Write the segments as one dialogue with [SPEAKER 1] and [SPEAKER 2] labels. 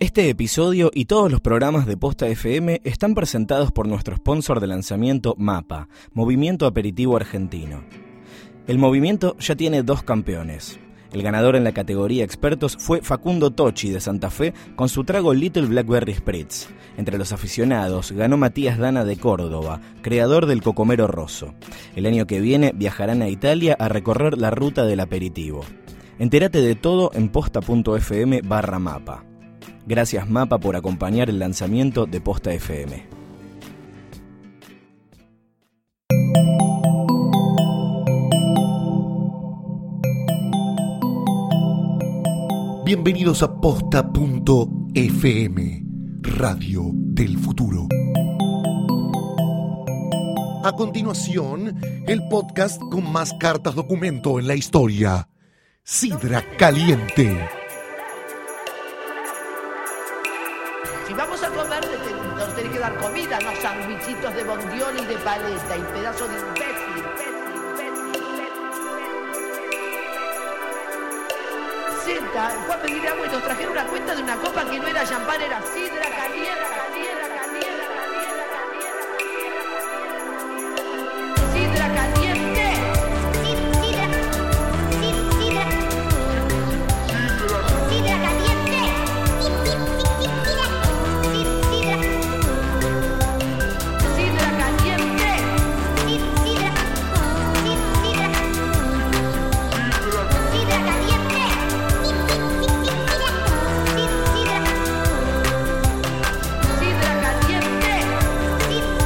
[SPEAKER 1] Este episodio y todos los programas de Posta FM están presentados por nuestro sponsor de lanzamiento MAPA, Movimiento Aperitivo Argentino. El movimiento ya tiene dos campeones. El ganador en la categoría expertos fue Facundo Tochi de Santa Fe con su trago Little Blackberry Spritz. Entre los aficionados ganó Matías Dana de Córdoba, creador del Cocomero Rosso. El año que viene viajarán a Italia a recorrer la ruta del aperitivo. Entérate de todo en posta.fm barra mapa. Gracias Mapa por acompañar el lanzamiento de Posta FM.
[SPEAKER 2] Bienvenidos a posta.fm, Radio del Futuro. A continuación, el podcast con más cartas documento en la historia. Sidra Caliente.
[SPEAKER 3] Si vamos a comer, te- te- nos tenés que dar comida, no sandwichitos de bondiol y de paleta y pedazo de imbécil. imbécil, imbécil, imbécil. Senta, fue a pedir agua y nos trajeron una cuenta de una copa que no era champán, era sidra caliente, caliente, caliente, caliente, caliente. Sidra caliente. Sidra caliente. Sidra caliente.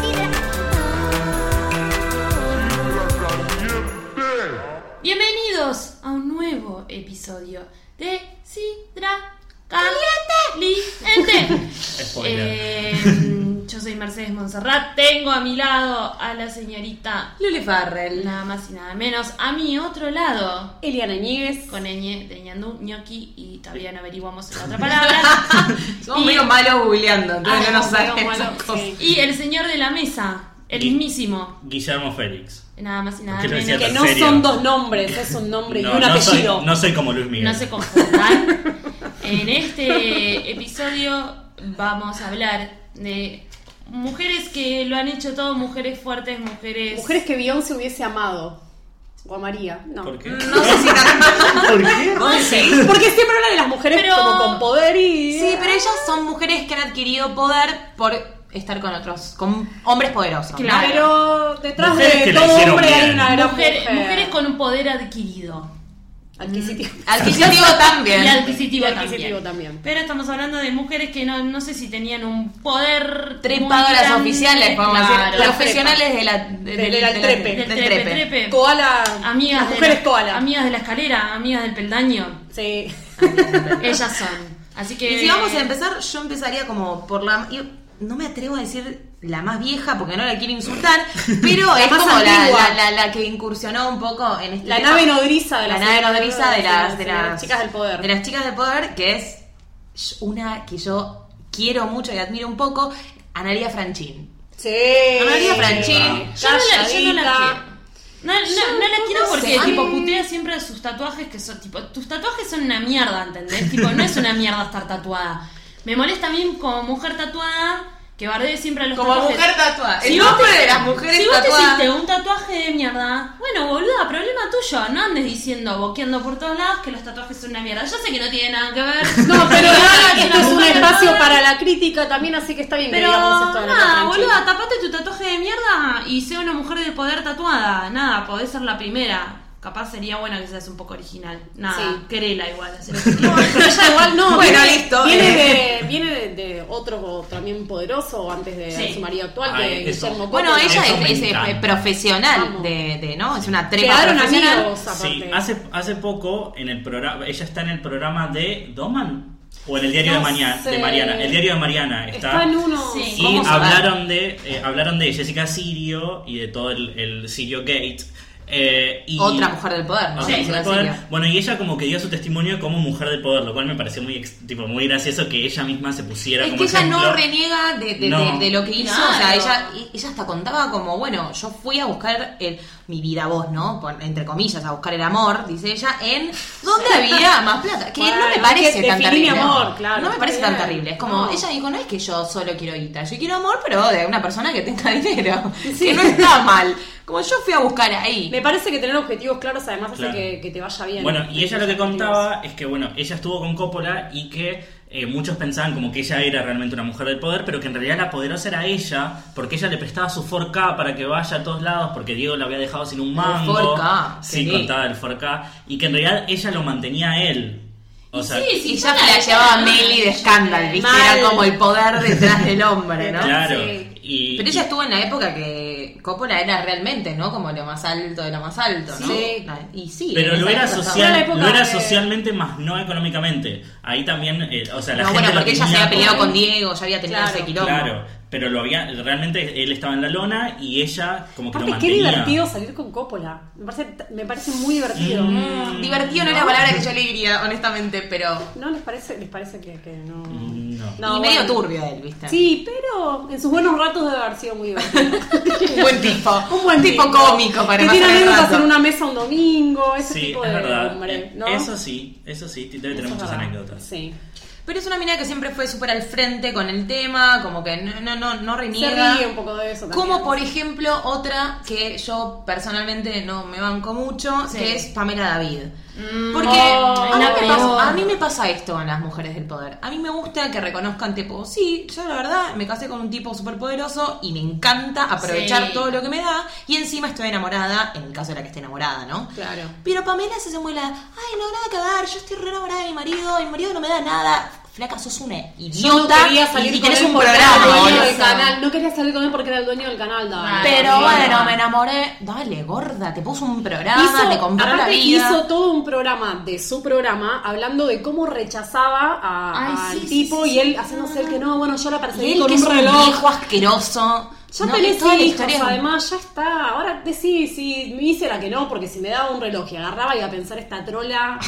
[SPEAKER 4] Bienvenidos a un nuevo episodio de Sidra Caliente. Eh, yo soy Mercedes Monserrat, tengo a mi lado a la señorita
[SPEAKER 5] Luli Farrell.
[SPEAKER 4] nada más y nada menos, a mi otro lado,
[SPEAKER 5] Eliana Ñigues.
[SPEAKER 4] con ñ de ñandú, ñoqui y todavía no averiguamos la otra palabra.
[SPEAKER 5] Somos
[SPEAKER 4] Y-
[SPEAKER 5] medio malos googleando, entonces
[SPEAKER 4] Ah,
[SPEAKER 5] no nos
[SPEAKER 4] somos
[SPEAKER 5] salen
[SPEAKER 4] medio
[SPEAKER 5] esas
[SPEAKER 4] malos,
[SPEAKER 5] cosas.
[SPEAKER 4] sí. Y el señor de la mesa, el
[SPEAKER 6] Gui-
[SPEAKER 4] mismísimo,
[SPEAKER 6] Guillermo Félix.
[SPEAKER 4] nada más y nada
[SPEAKER 6] Porque lo decía
[SPEAKER 4] menos.
[SPEAKER 5] Que
[SPEAKER 6] ¿En
[SPEAKER 5] no
[SPEAKER 6] serio?
[SPEAKER 5] son dos nombres, es un nombre y un
[SPEAKER 6] no soy,
[SPEAKER 5] apellido.
[SPEAKER 6] no soy como Luis Miguel.
[SPEAKER 4] No se confundan. en este episodio vamos a hablar de mujeres que lo han hecho todo, mujeres fuertes, mujeres.
[SPEAKER 7] Mujeres que Beyoncé hubiese amado. O amaría. No.
[SPEAKER 6] ¿Por qué?
[SPEAKER 5] No sé si tanto.
[SPEAKER 8] ¿Por qué?
[SPEAKER 5] ¿Vos decís?
[SPEAKER 7] Porque siempre habla de las mujeres
[SPEAKER 4] Pero-
[SPEAKER 7] como con poder y.
[SPEAKER 5] Sí, pero ellas son mujeres que han adquirido poder por estar con otros, con hombres poderosos. ¿no?
[SPEAKER 4] Claro.
[SPEAKER 7] Pero detrás
[SPEAKER 6] Mujeres que
[SPEAKER 7] de
[SPEAKER 6] la
[SPEAKER 7] todo
[SPEAKER 6] hicieron
[SPEAKER 7] hombre
[SPEAKER 6] bien.
[SPEAKER 7] hay una gran
[SPEAKER 4] Mujer-
[SPEAKER 7] mujer.
[SPEAKER 4] mujeres con un poder adquirido.
[SPEAKER 7] Adquisitivo.
[SPEAKER 5] Adquisitivo
[SPEAKER 4] Y
[SPEAKER 5] también.
[SPEAKER 4] adquisitivo,
[SPEAKER 7] Y adquisitivo también.
[SPEAKER 4] Pero estamos hablando de mujeres que no, no sé si tenían un poder.
[SPEAKER 5] Trepadoras oficiales, podemos decir.
[SPEAKER 4] Claro.
[SPEAKER 5] Profesionales de la, de-
[SPEAKER 7] Del- del trepe.
[SPEAKER 4] Del
[SPEAKER 5] Del
[SPEAKER 4] trepe,
[SPEAKER 5] trepe.
[SPEAKER 4] trepe.
[SPEAKER 7] Koala.
[SPEAKER 4] Amigas
[SPEAKER 7] las
[SPEAKER 4] de
[SPEAKER 7] mujeres
[SPEAKER 4] la-
[SPEAKER 7] koala.
[SPEAKER 4] Amigas de la escalera, amigas del peldaño.
[SPEAKER 7] Sí.
[SPEAKER 5] Ah,
[SPEAKER 4] Ellas son. Así que.
[SPEAKER 5] Y si vamos a empezar, yo empezaría como por la. yo no me atrevo a decir la más vieja porque no la quiero insultar, pero es
[SPEAKER 7] más
[SPEAKER 5] como la,
[SPEAKER 7] antigua.
[SPEAKER 5] la, la- la que incursionó un poco en este
[SPEAKER 7] La
[SPEAKER 5] tema.
[SPEAKER 7] nave nodriza de
[SPEAKER 5] La
[SPEAKER 7] las
[SPEAKER 5] nave nodriza de las, de
[SPEAKER 7] de las
[SPEAKER 5] las-
[SPEAKER 7] chicas del poder.
[SPEAKER 5] De las chicas del poder, que es una que yo quiero mucho y admiro un poco, Analia Franchín.
[SPEAKER 7] Sí.
[SPEAKER 5] Analia Franchín.
[SPEAKER 4] Yo no, la, yo no la
[SPEAKER 7] Calladita.
[SPEAKER 4] quiero. No, no, no la quiero
[SPEAKER 5] no
[SPEAKER 4] porque
[SPEAKER 5] sé.
[SPEAKER 4] tipo putea siempre a sus tatuajes que son tipo tus tatuajes son una mierda, ¿entendés? Tipo no es una mierda estar tatuada. Me molesta a mí como mujer tatuada que bardee siempre a los
[SPEAKER 5] Como
[SPEAKER 4] tatuajes.
[SPEAKER 5] mujer tatuada.
[SPEAKER 4] Si
[SPEAKER 5] El
[SPEAKER 4] vos
[SPEAKER 5] nombre
[SPEAKER 4] te-
[SPEAKER 5] de las mujeres
[SPEAKER 4] si vos te
[SPEAKER 5] tatuadas.
[SPEAKER 4] hiciste un tatuaje de mierda, bueno, boluda, problema tuyo. No andes diciendo, boqueando por todos lados, que los tatuajes son una mierda. Yo sé que no tiene nada que ver.
[SPEAKER 7] No, pero nada,
[SPEAKER 4] que
[SPEAKER 7] esto
[SPEAKER 4] una
[SPEAKER 7] es un
[SPEAKER 4] mujer
[SPEAKER 7] espacio
[SPEAKER 4] tatuada.
[SPEAKER 7] para la crítica también, así que está bien que
[SPEAKER 4] Pero
[SPEAKER 7] digamos esto de la
[SPEAKER 4] nada,
[SPEAKER 7] Franchín.
[SPEAKER 4] boluda, tapate tu tatuaje de mierda y sea una mujer de poder tatuada. Nada, podés ser la primera. Capaz sería bueno que seas un poco original. Nada,
[SPEAKER 7] Sí.
[SPEAKER 4] querela igual. así.
[SPEAKER 7] No, ella igual no.
[SPEAKER 5] Bueno,
[SPEAKER 7] viene,
[SPEAKER 5] listo. Eh.
[SPEAKER 7] Viene de, viene de- de otro también poderoso antes de
[SPEAKER 4] Sí.
[SPEAKER 7] su marido actual,
[SPEAKER 6] Ay,
[SPEAKER 7] que
[SPEAKER 6] eso.
[SPEAKER 7] Guillermo
[SPEAKER 5] Bueno,
[SPEAKER 7] Coppola.
[SPEAKER 5] ella
[SPEAKER 6] Eso me
[SPEAKER 5] es, es,
[SPEAKER 6] encanta.
[SPEAKER 5] eh, profesional
[SPEAKER 7] Vamos.
[SPEAKER 5] de, de- ¿no? Es una trepa
[SPEAKER 7] Quedaron
[SPEAKER 5] profesional.
[SPEAKER 7] amigos aparte.
[SPEAKER 6] Sí, hace, hace poco en el programa, ella está en el programa de Doman o en el diario
[SPEAKER 7] No
[SPEAKER 6] de Mariana,
[SPEAKER 7] sé.
[SPEAKER 6] de Mariana. El diario de Mariana está.
[SPEAKER 7] Está en uno.
[SPEAKER 4] Sí.
[SPEAKER 6] y
[SPEAKER 5] ¿Cómo se
[SPEAKER 6] hablaron de eh, hablaron de Jessica Sirio y de todo el, el Sirio Gate. eh, y-
[SPEAKER 5] Otra mujer del poder, ¿no?
[SPEAKER 6] Otra
[SPEAKER 5] Sí,
[SPEAKER 6] mujer del
[SPEAKER 5] sí,
[SPEAKER 6] poder.
[SPEAKER 5] Sirio.
[SPEAKER 6] Bueno, y ella como que dio su testimonio como mujer del poder, lo cual me pareció muy ex- tipo muy gracioso que ella misma se pusiera
[SPEAKER 5] Es
[SPEAKER 6] como
[SPEAKER 5] que ella no
[SPEAKER 6] ejemplo.
[SPEAKER 5] reniega de, de-
[SPEAKER 6] No.
[SPEAKER 5] de- de lo que hizo,
[SPEAKER 4] Claro.
[SPEAKER 5] o sea, ella, ella hasta contaba como, bueno, yo fui a buscar el... mi vida a vos, ¿no? Pon- entre comillas, a buscar el amor, dice ella, en ¿dónde había más plata? Que no
[SPEAKER 7] Claro,
[SPEAKER 5] me parece
[SPEAKER 7] que
[SPEAKER 5] tan
[SPEAKER 7] definí mi
[SPEAKER 5] terrible.
[SPEAKER 7] amor, claro,
[SPEAKER 5] no me
[SPEAKER 7] está
[SPEAKER 5] parece tan
[SPEAKER 7] bien.
[SPEAKER 5] terrible. Es como,
[SPEAKER 7] No.
[SPEAKER 5] ella dijo, no es que yo solo quiero guita, yo quiero amor, pero de una persona que tenga dinero. Que no está mal. Como yo fui a buscar ahí.
[SPEAKER 7] Me parece que tener objetivos claros además
[SPEAKER 6] Claro.
[SPEAKER 7] hace que, que te vaya bien.
[SPEAKER 6] Bueno, y ella lo que
[SPEAKER 7] Objetivos.
[SPEAKER 6] contaba es que, bueno, ella estuvo con Coppola y que eh, muchos pensaban como que ella era realmente una mujer del poder, pero que en realidad la poderosa era ella, porque ella le prestaba su 4K para que vaya a todos lados, porque Diego la había dejado sin un mango.
[SPEAKER 5] 4K,
[SPEAKER 6] Sí,
[SPEAKER 5] sí.
[SPEAKER 6] contaba el 4K. Y que en realidad ella lo mantenía a él. O sea,
[SPEAKER 5] y ya la llevaba Meli de escándalo, ¿viste? Era
[SPEAKER 7] Mal.
[SPEAKER 5] como el poder detrás del hombre, ¿no?
[SPEAKER 6] claro.
[SPEAKER 7] Sí.
[SPEAKER 6] Y,
[SPEAKER 5] Pero ella estuvo en la época que Coppola era realmente, ¿no? Como lo más alto de lo más alto, ¿no?
[SPEAKER 7] Sí.
[SPEAKER 5] La- Y sí.
[SPEAKER 6] Pero
[SPEAKER 5] en
[SPEAKER 6] lo
[SPEAKER 5] esa
[SPEAKER 6] era,
[SPEAKER 5] época
[SPEAKER 6] social,
[SPEAKER 7] Era la época
[SPEAKER 6] lo era
[SPEAKER 7] de-
[SPEAKER 6] socialmente más no económicamente. Ahí también, eh, o sea, la
[SPEAKER 5] No,
[SPEAKER 6] gente
[SPEAKER 5] bueno,
[SPEAKER 6] lo
[SPEAKER 5] porque ella se
[SPEAKER 6] tenía
[SPEAKER 5] había peleado
[SPEAKER 6] como-
[SPEAKER 5] con Diego, ya había tenido
[SPEAKER 7] Claro.
[SPEAKER 5] ese quilombo.
[SPEAKER 6] Claro, pero lo había, realmente él estaba en la lona y ella como que lo
[SPEAKER 7] Aparte, qué
[SPEAKER 6] mantenía.
[SPEAKER 7] divertido salir con Coppola. Me parece, me parece muy divertido.
[SPEAKER 6] Mm.
[SPEAKER 5] Divertido no, era la palabra que yo le diría, honestamente, pero...
[SPEAKER 7] ¿No les parece, les parece que, que no?
[SPEAKER 6] Mm, no.
[SPEAKER 5] y
[SPEAKER 7] No,
[SPEAKER 5] medio
[SPEAKER 7] bueno.
[SPEAKER 5] turbio él, ¿viste?
[SPEAKER 7] Sí, pero en sus buenos ratos debe haber sido muy divertido.
[SPEAKER 5] Un buen tipo.
[SPEAKER 7] Un buen
[SPEAKER 5] tipo. cómico para
[SPEAKER 7] Que tiene
[SPEAKER 5] pasar el
[SPEAKER 7] anécdotas
[SPEAKER 5] rato.
[SPEAKER 7] en una mesa un domingo, ese
[SPEAKER 6] Sí,
[SPEAKER 7] tipo
[SPEAKER 6] es
[SPEAKER 7] de
[SPEAKER 6] verdad.
[SPEAKER 7] hombre,
[SPEAKER 6] Eh,
[SPEAKER 7] ¿no?
[SPEAKER 6] Eso sí, eso sí, debe tener
[SPEAKER 7] Eso es
[SPEAKER 6] muchas
[SPEAKER 7] verdad.
[SPEAKER 6] anécdotas.
[SPEAKER 7] Sí.
[SPEAKER 5] Pero es una mina que siempre fue súper al frente con el tema, como que no, no, no, no reniega.
[SPEAKER 7] Se ríe un poco de eso también.
[SPEAKER 5] Como por ejemplo otra que yo personalmente no me banco mucho,
[SPEAKER 4] Sí.
[SPEAKER 5] que es Pamela David.
[SPEAKER 4] Mm,
[SPEAKER 5] Porque
[SPEAKER 4] oh,
[SPEAKER 5] a, mí
[SPEAKER 4] no,
[SPEAKER 5] me
[SPEAKER 4] pero-
[SPEAKER 5] pasa, a mí me pasa esto con las mujeres del poder. A mí me gusta que reconozcan tipo, sí, yo la verdad me casé con un tipo súper poderoso y me encanta aprovechar
[SPEAKER 4] Sí.
[SPEAKER 5] todo lo que me da y encima estoy enamorada, en el caso de la que esté enamorada, ¿no?
[SPEAKER 7] Claro.
[SPEAKER 5] Pero Pamela se hace muy la, ay, no, nada que ver, yo estoy re enamorada de mi marido, mi marido no me da nada. Flaca, sos una idiota
[SPEAKER 7] quería salir
[SPEAKER 5] y, y
[SPEAKER 7] con
[SPEAKER 5] tenés
[SPEAKER 7] él
[SPEAKER 5] un
[SPEAKER 7] porque era
[SPEAKER 5] programa.
[SPEAKER 7] el dueño
[SPEAKER 5] boludo. Ah,
[SPEAKER 7] del canal. No quería salir con él porque era el dueño del canal. dale.
[SPEAKER 5] Pero
[SPEAKER 4] Ay,
[SPEAKER 5] bueno,
[SPEAKER 4] mierda.
[SPEAKER 5] me enamoré. Dale, gorda, te puso un programa, te compró la
[SPEAKER 7] aparte
[SPEAKER 5] vida.
[SPEAKER 7] hizo todo un programa de su programa hablando de cómo rechazaba a-
[SPEAKER 4] Ay,
[SPEAKER 7] al
[SPEAKER 4] sí, sí,
[SPEAKER 7] tipo
[SPEAKER 4] sí,
[SPEAKER 7] y
[SPEAKER 4] sí.
[SPEAKER 7] él haciéndose el que no, bueno, yo la
[SPEAKER 5] y
[SPEAKER 7] perseguí
[SPEAKER 5] él
[SPEAKER 7] con
[SPEAKER 5] que es
[SPEAKER 7] un
[SPEAKER 5] un
[SPEAKER 7] reloj.
[SPEAKER 5] viejo asqueroso.
[SPEAKER 7] Ya
[SPEAKER 5] No,
[SPEAKER 7] tenés
[SPEAKER 5] es toda la
[SPEAKER 7] hijos,
[SPEAKER 5] historia.
[SPEAKER 7] además, ya está. Ahora decí si me hice la que no, porque si me daba un reloj y agarraba iba a pensar esta trola,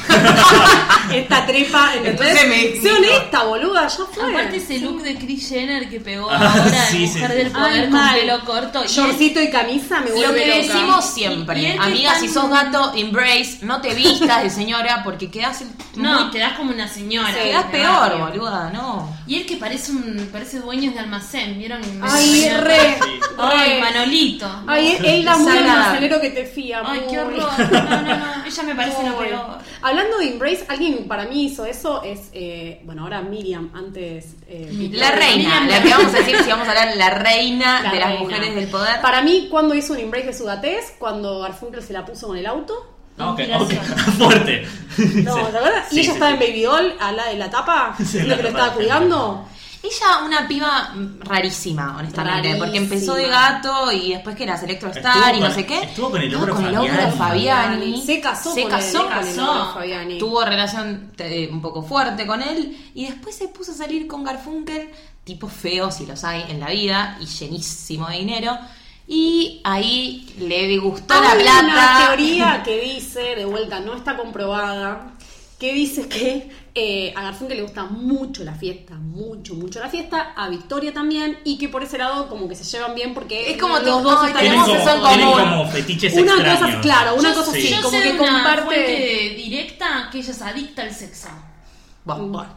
[SPEAKER 7] esta trepa, ¿entendés?
[SPEAKER 5] Entonces me-
[SPEAKER 7] Sé honesta, boluda, ya fue.
[SPEAKER 4] Aparte ese look de Kris Jenner que pegó
[SPEAKER 6] Ah,
[SPEAKER 4] ahora de
[SPEAKER 6] sí, sí,
[SPEAKER 4] mujer
[SPEAKER 6] sí.
[SPEAKER 4] del poder
[SPEAKER 7] Ay,
[SPEAKER 4] con
[SPEAKER 7] mal.
[SPEAKER 4] pelo corto. y él-
[SPEAKER 7] Shortcito y camisa me
[SPEAKER 5] Lo
[SPEAKER 7] vuelve
[SPEAKER 5] que
[SPEAKER 7] loca.
[SPEAKER 5] decimos
[SPEAKER 4] Y él
[SPEAKER 5] siempre,
[SPEAKER 4] que
[SPEAKER 5] amiga,
[SPEAKER 4] tan-
[SPEAKER 5] si sos gato, embrace, no te vistas de señora porque quedás,
[SPEAKER 4] No,
[SPEAKER 5] muy-
[SPEAKER 4] quedás como una señora.
[SPEAKER 5] quedás
[SPEAKER 4] de
[SPEAKER 5] peor,
[SPEAKER 4] barrio.
[SPEAKER 5] boluda, no.
[SPEAKER 4] Y él que parece un parece dueños de almacén, ¿vieron?
[SPEAKER 7] Ay,
[SPEAKER 4] Ay,
[SPEAKER 7] re,
[SPEAKER 4] Ay,
[SPEAKER 7] re.
[SPEAKER 4] Manolito.
[SPEAKER 7] Ay, él da muy al
[SPEAKER 5] Desagradable.
[SPEAKER 7] marcelero que te fía.
[SPEAKER 4] Ay,
[SPEAKER 7] muy.
[SPEAKER 4] qué horror. No, no, no. Ella me parece la
[SPEAKER 7] Muy.
[SPEAKER 4] peor.
[SPEAKER 7] Hablando de Embrace, alguien para mí hizo eso es, eh, bueno, ahora Miriam, antes... eh,
[SPEAKER 5] La
[SPEAKER 7] Victoria.
[SPEAKER 5] reina,
[SPEAKER 4] Miriam-
[SPEAKER 5] la que vamos a decir si vamos a hablar, la reina
[SPEAKER 7] La
[SPEAKER 5] de las
[SPEAKER 7] reina.
[SPEAKER 5] mujeres del poder.
[SPEAKER 7] Para mí, cuando hizo un embrace de su gatez, cuando Garfunkel se la puso con el auto.
[SPEAKER 6] Ah, ok, ok,
[SPEAKER 4] Gracias.
[SPEAKER 6] fuerte.
[SPEAKER 7] No,
[SPEAKER 6] Sí.
[SPEAKER 7] ¿te acuerdas?
[SPEAKER 6] Sí,
[SPEAKER 7] y ella
[SPEAKER 6] sí,
[SPEAKER 7] estaba
[SPEAKER 6] sí.
[SPEAKER 7] en Baby Doll, a la de la tapa,
[SPEAKER 6] Sí,
[SPEAKER 7] lo
[SPEAKER 6] la
[SPEAKER 7] que
[SPEAKER 6] tapa
[SPEAKER 7] lo estaba
[SPEAKER 6] de la
[SPEAKER 7] cuidando.
[SPEAKER 5] Ella, una piba mm, rarísima, honestamente,
[SPEAKER 7] Rarísima.
[SPEAKER 5] porque empezó de gato y después que era Selectro Star
[SPEAKER 6] Estuvo
[SPEAKER 5] y no
[SPEAKER 6] con-
[SPEAKER 5] sé qué.
[SPEAKER 6] estuvo con el
[SPEAKER 5] Estaba
[SPEAKER 6] ogro
[SPEAKER 5] con ogro
[SPEAKER 6] Fabiani.
[SPEAKER 5] Fabiani.
[SPEAKER 7] Se casó
[SPEAKER 5] se
[SPEAKER 7] con
[SPEAKER 5] casó,
[SPEAKER 7] el, con el
[SPEAKER 4] casó.
[SPEAKER 7] Lolo Fabiani.
[SPEAKER 5] Tuvo relación eh, un poco fuerte con él y después se puso a salir con Garfunkel, tipos feos si los hay en la vida y llenísimo de dinero. Y ahí le gustó
[SPEAKER 7] Hay
[SPEAKER 5] la plata.
[SPEAKER 7] una teoría que dice, de vuelta, no está comprobada, que dice que eh, a Garfunkel le gusta mucho la fiesta, mucho, mucho la fiesta, a Victoria también, y que por ese lado como que se llevan bien porque
[SPEAKER 5] Es como
[SPEAKER 7] los
[SPEAKER 5] tipo,
[SPEAKER 7] dos
[SPEAKER 5] ay,
[SPEAKER 7] están
[SPEAKER 6] Tienen
[SPEAKER 5] tenemos
[SPEAKER 6] como,
[SPEAKER 5] eso en
[SPEAKER 6] tienen
[SPEAKER 5] común.
[SPEAKER 6] como fetiches
[SPEAKER 7] Una cosa,
[SPEAKER 6] extraños.
[SPEAKER 7] claro, una cosa
[SPEAKER 6] Sí.
[SPEAKER 7] así.
[SPEAKER 4] Yo
[SPEAKER 7] como
[SPEAKER 4] sé
[SPEAKER 7] que
[SPEAKER 4] de una
[SPEAKER 7] comparte-
[SPEAKER 4] fuente directa que ella es adicta al sexo.
[SPEAKER 5] Bueno, bueno.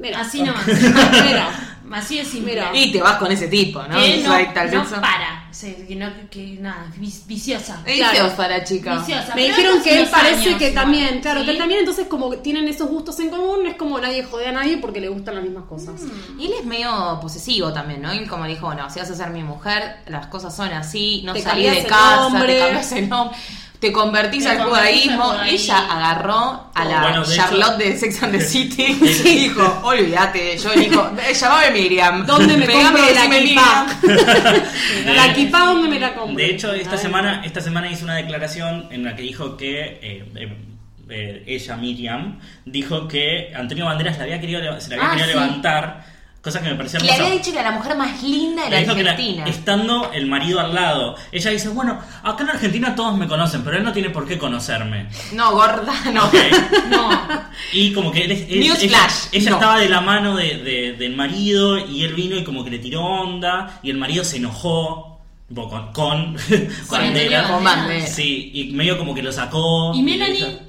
[SPEAKER 7] Mira,
[SPEAKER 4] Así nomás.
[SPEAKER 7] Mira.
[SPEAKER 4] Así de simple.
[SPEAKER 7] Mira.
[SPEAKER 5] Y te vas con ese tipo, ¿no?
[SPEAKER 4] que no,
[SPEAKER 5] Soy tal
[SPEAKER 4] no
[SPEAKER 5] sexo.
[SPEAKER 4] para. O sea, que, no- que nada, vic- viciosa.
[SPEAKER 5] Es
[SPEAKER 7] Claro.
[SPEAKER 5] feosa la chica.
[SPEAKER 4] Viciosa.
[SPEAKER 7] Me
[SPEAKER 4] Pero
[SPEAKER 7] dijeron
[SPEAKER 4] hace
[SPEAKER 7] que él
[SPEAKER 4] unos
[SPEAKER 7] parece
[SPEAKER 4] años,
[SPEAKER 7] que
[SPEAKER 4] igual,
[SPEAKER 7] también, claro,
[SPEAKER 4] ¿sí?
[SPEAKER 7] que él también entonces como que tienen esos gustos en común, es como nadie jode a nadie porque le gustan las mismas cosas.
[SPEAKER 4] Mm.
[SPEAKER 5] Y él es medio posesivo también, ¿no? Él como dijo, bueno, si vas a ser mi mujer, las cosas son así, no
[SPEAKER 7] Te
[SPEAKER 5] salís de
[SPEAKER 7] cambiás el
[SPEAKER 5] casa, te
[SPEAKER 7] nombre.
[SPEAKER 5] cambias el nombre, te convertís
[SPEAKER 4] Te
[SPEAKER 5] al
[SPEAKER 4] convertís al
[SPEAKER 5] judaísmo.
[SPEAKER 4] judaísmo.
[SPEAKER 5] Ella agarró a la
[SPEAKER 6] Bueno, de
[SPEAKER 5] Charlotte de Sex and the City y dijo, olvídate, yo elijo, eh, llamame Miriam.
[SPEAKER 7] ¿Dónde me
[SPEAKER 5] Pegame,
[SPEAKER 7] compro la
[SPEAKER 5] decime
[SPEAKER 7] equipa?
[SPEAKER 5] Miriam.
[SPEAKER 7] La equipa, ¿dónde me la compro?
[SPEAKER 6] De hecho, esta
[SPEAKER 7] Ay,
[SPEAKER 6] semana, esta semana hizo una declaración en la que dijo que eh, eh, eh, ella, Miriam, dijo que Antonio Banderas la había querido, leva- se la había
[SPEAKER 5] Ah,
[SPEAKER 6] querido
[SPEAKER 5] sí.
[SPEAKER 6] levantar, cosa que me pareció
[SPEAKER 5] Le
[SPEAKER 6] hermosa.
[SPEAKER 5] había dicho que era la mujer más linda de
[SPEAKER 6] Le
[SPEAKER 5] la
[SPEAKER 6] dijo que la-
[SPEAKER 5] Argentina.
[SPEAKER 6] estando el marido al lado, ella dice, bueno, acá en Argentina todos me conocen, pero él no tiene por qué conocerme.
[SPEAKER 5] No, gorda, no.
[SPEAKER 6] Ok. Eh,
[SPEAKER 4] No.
[SPEAKER 6] Y como que él, es- él- ella,
[SPEAKER 5] Newsflash,
[SPEAKER 6] ella
[SPEAKER 5] no.
[SPEAKER 6] estaba de la mano de- de- del marido y él vino y como que le tiró onda y el marido se enojó. Tipo, con, con
[SPEAKER 5] Con
[SPEAKER 6] bandera.
[SPEAKER 5] Con bandera.
[SPEAKER 6] Sí, y medio como que lo sacó.
[SPEAKER 4] ¿Y Melanie?
[SPEAKER 6] ella-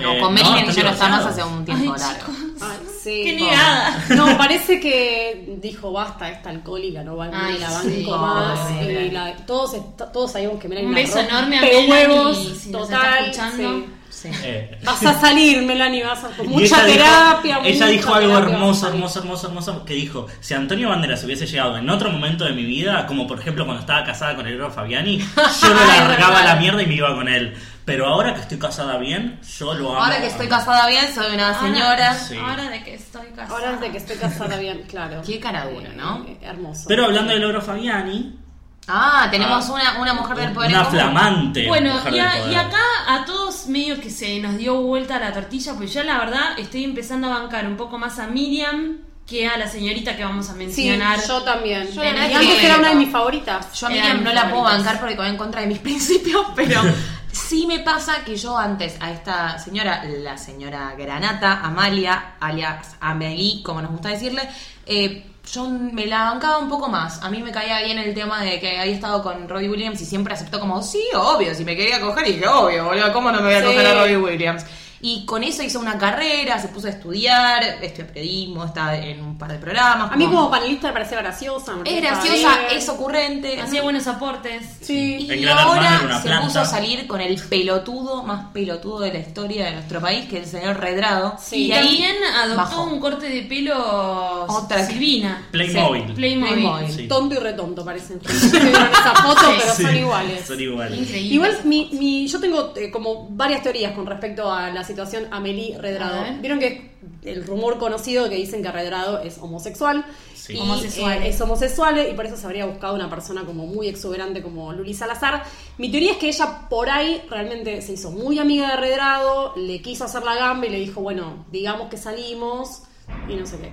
[SPEAKER 5] No,
[SPEAKER 6] Eh,
[SPEAKER 5] con Melanie
[SPEAKER 6] están
[SPEAKER 5] ya no está más
[SPEAKER 6] divorciados.
[SPEAKER 5] hace un tiempo
[SPEAKER 4] Ay,
[SPEAKER 5] largo.
[SPEAKER 7] Ay, sí.
[SPEAKER 4] ¡Qué negada!
[SPEAKER 7] No, parece que dijo basta, esta alcohólica, no va a
[SPEAKER 4] Ay,
[SPEAKER 7] la banco
[SPEAKER 4] sí.
[SPEAKER 7] más.
[SPEAKER 5] Pobre
[SPEAKER 7] y
[SPEAKER 5] Melanie.
[SPEAKER 7] la- todos, est- todos sabíamos que Melanie
[SPEAKER 4] Un
[SPEAKER 7] la
[SPEAKER 4] beso
[SPEAKER 7] rompe
[SPEAKER 4] enorme a
[SPEAKER 7] huevos,
[SPEAKER 4] Melanie, si nos está
[SPEAKER 7] total.
[SPEAKER 4] escuchando.
[SPEAKER 7] sí.
[SPEAKER 5] Sí.
[SPEAKER 6] Eh,
[SPEAKER 7] Vas a salir, Melanie, vas a con
[SPEAKER 6] y
[SPEAKER 7] mucha
[SPEAKER 6] ella dijo-
[SPEAKER 7] terapia.
[SPEAKER 6] ella
[SPEAKER 7] mucha
[SPEAKER 6] dijo algo
[SPEAKER 7] terapia,
[SPEAKER 6] hermoso,
[SPEAKER 7] vas a salir.
[SPEAKER 6] hermoso, hermoso, hermoso, que dijo, si Antonio Banderas hubiese llegado en otro momento de mi vida, como por ejemplo cuando estaba casada con el negro Fabiani, yo no
[SPEAKER 5] Ay,
[SPEAKER 6] la largaba a
[SPEAKER 5] verdad.
[SPEAKER 6] la mierda y me iba con él. Pero ahora que estoy casada bien, yo lo amo.
[SPEAKER 5] Ahora que estoy casada bien, soy una señora.
[SPEAKER 4] Ahora,
[SPEAKER 6] Sí.
[SPEAKER 4] ahora de que estoy casada.
[SPEAKER 7] Ahora es de que estoy casada bien, claro.
[SPEAKER 5] Qué cara dura, ¿no?
[SPEAKER 7] Eh, hermoso.
[SPEAKER 6] Pero hablando del negro Fabiani,
[SPEAKER 5] Ah, tenemos
[SPEAKER 6] Ah.
[SPEAKER 5] una, una mujer del poder. en
[SPEAKER 6] una
[SPEAKER 5] común.
[SPEAKER 6] flamante.
[SPEAKER 4] Bueno,
[SPEAKER 6] mujer
[SPEAKER 4] y,
[SPEAKER 6] del
[SPEAKER 4] a-
[SPEAKER 6] poder.
[SPEAKER 4] y acá a todos medio que se nos dio vuelta la tortilla, pues yo la verdad estoy empezando a bancar un poco más a Miriam que a la señorita que vamos a
[SPEAKER 7] sí,
[SPEAKER 4] mencionar.
[SPEAKER 7] yo también.
[SPEAKER 5] Yo
[SPEAKER 7] y
[SPEAKER 5] la verdad es
[SPEAKER 7] antes
[SPEAKER 5] que-
[SPEAKER 7] era una de mis favoritas.
[SPEAKER 5] Yo a Miriam
[SPEAKER 4] Eran
[SPEAKER 5] no la puedo
[SPEAKER 4] favoritas.
[SPEAKER 5] bancar porque va en contra de mis principios, pero sí me pasa que yo antes a esta señora, la señora Granata, Amalia, alias Amelie, como nos gusta decirle, eh, yo me la bancaba un poco más. A mí me caía bien el tema de que había estado con Robbie Williams y siempre aceptó como, sí, obvio, si me quería coger, dije, obvio, boludo, ¿cómo no me voy a
[SPEAKER 7] Sí.
[SPEAKER 5] coger a Robbie Williams? Y con eso hizo una carrera, se puso a estudiar, estudió periodismo, está en un par de programas.
[SPEAKER 7] A mí
[SPEAKER 5] como-
[SPEAKER 7] como panelista me parecía graciosa. me
[SPEAKER 5] es
[SPEAKER 7] parecía
[SPEAKER 5] graciosa,
[SPEAKER 7] bien.
[SPEAKER 5] es ocurrente.
[SPEAKER 4] Hacía buenos aportes.
[SPEAKER 7] Sí.
[SPEAKER 5] Y
[SPEAKER 6] El Gran Hermano era
[SPEAKER 5] ahora
[SPEAKER 6] una
[SPEAKER 5] se
[SPEAKER 6] planta.
[SPEAKER 5] puso a salir con el pelotudo más pelotudo de la historia de nuestro país, que es el señor Redrado.
[SPEAKER 7] Sí.
[SPEAKER 4] y
[SPEAKER 5] y ahí
[SPEAKER 4] también adoptó
[SPEAKER 5] bajó.
[SPEAKER 4] un corte de pelo
[SPEAKER 5] Otra.
[SPEAKER 4] Silvina.
[SPEAKER 6] Playmobil.
[SPEAKER 4] Playmobil.
[SPEAKER 5] Playmobil.
[SPEAKER 6] Sí.
[SPEAKER 7] Tonto y retonto parecen. Tuvieron esa foto, pero
[SPEAKER 6] Sí,
[SPEAKER 7] son iguales.
[SPEAKER 6] Son iguales.
[SPEAKER 4] Increíble.
[SPEAKER 7] Igual mi, mi- yo tengo eh, como varias teorías con respecto a la situación Amelie
[SPEAKER 4] A
[SPEAKER 7] Redrado.
[SPEAKER 4] ver.
[SPEAKER 7] Vieron que el rumor conocido que dicen que Redrado es homosexual
[SPEAKER 6] Sí.
[SPEAKER 7] y
[SPEAKER 4] Homosexual.
[SPEAKER 7] eh, es homosexual y por eso se habría buscado una persona como muy exuberante como Luli Salazar. Mi teoría es que ella por ahí realmente se hizo muy amiga de Redrado, le quiso hacer la gamba y le dijo, bueno, digamos que salimos y no sé qué.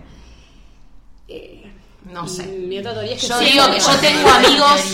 [SPEAKER 7] Eh,
[SPEAKER 5] No
[SPEAKER 7] y
[SPEAKER 5] sé.
[SPEAKER 7] Mi otra teoría es que
[SPEAKER 5] Yo
[SPEAKER 7] sí,
[SPEAKER 5] digo que yo tengo amigos,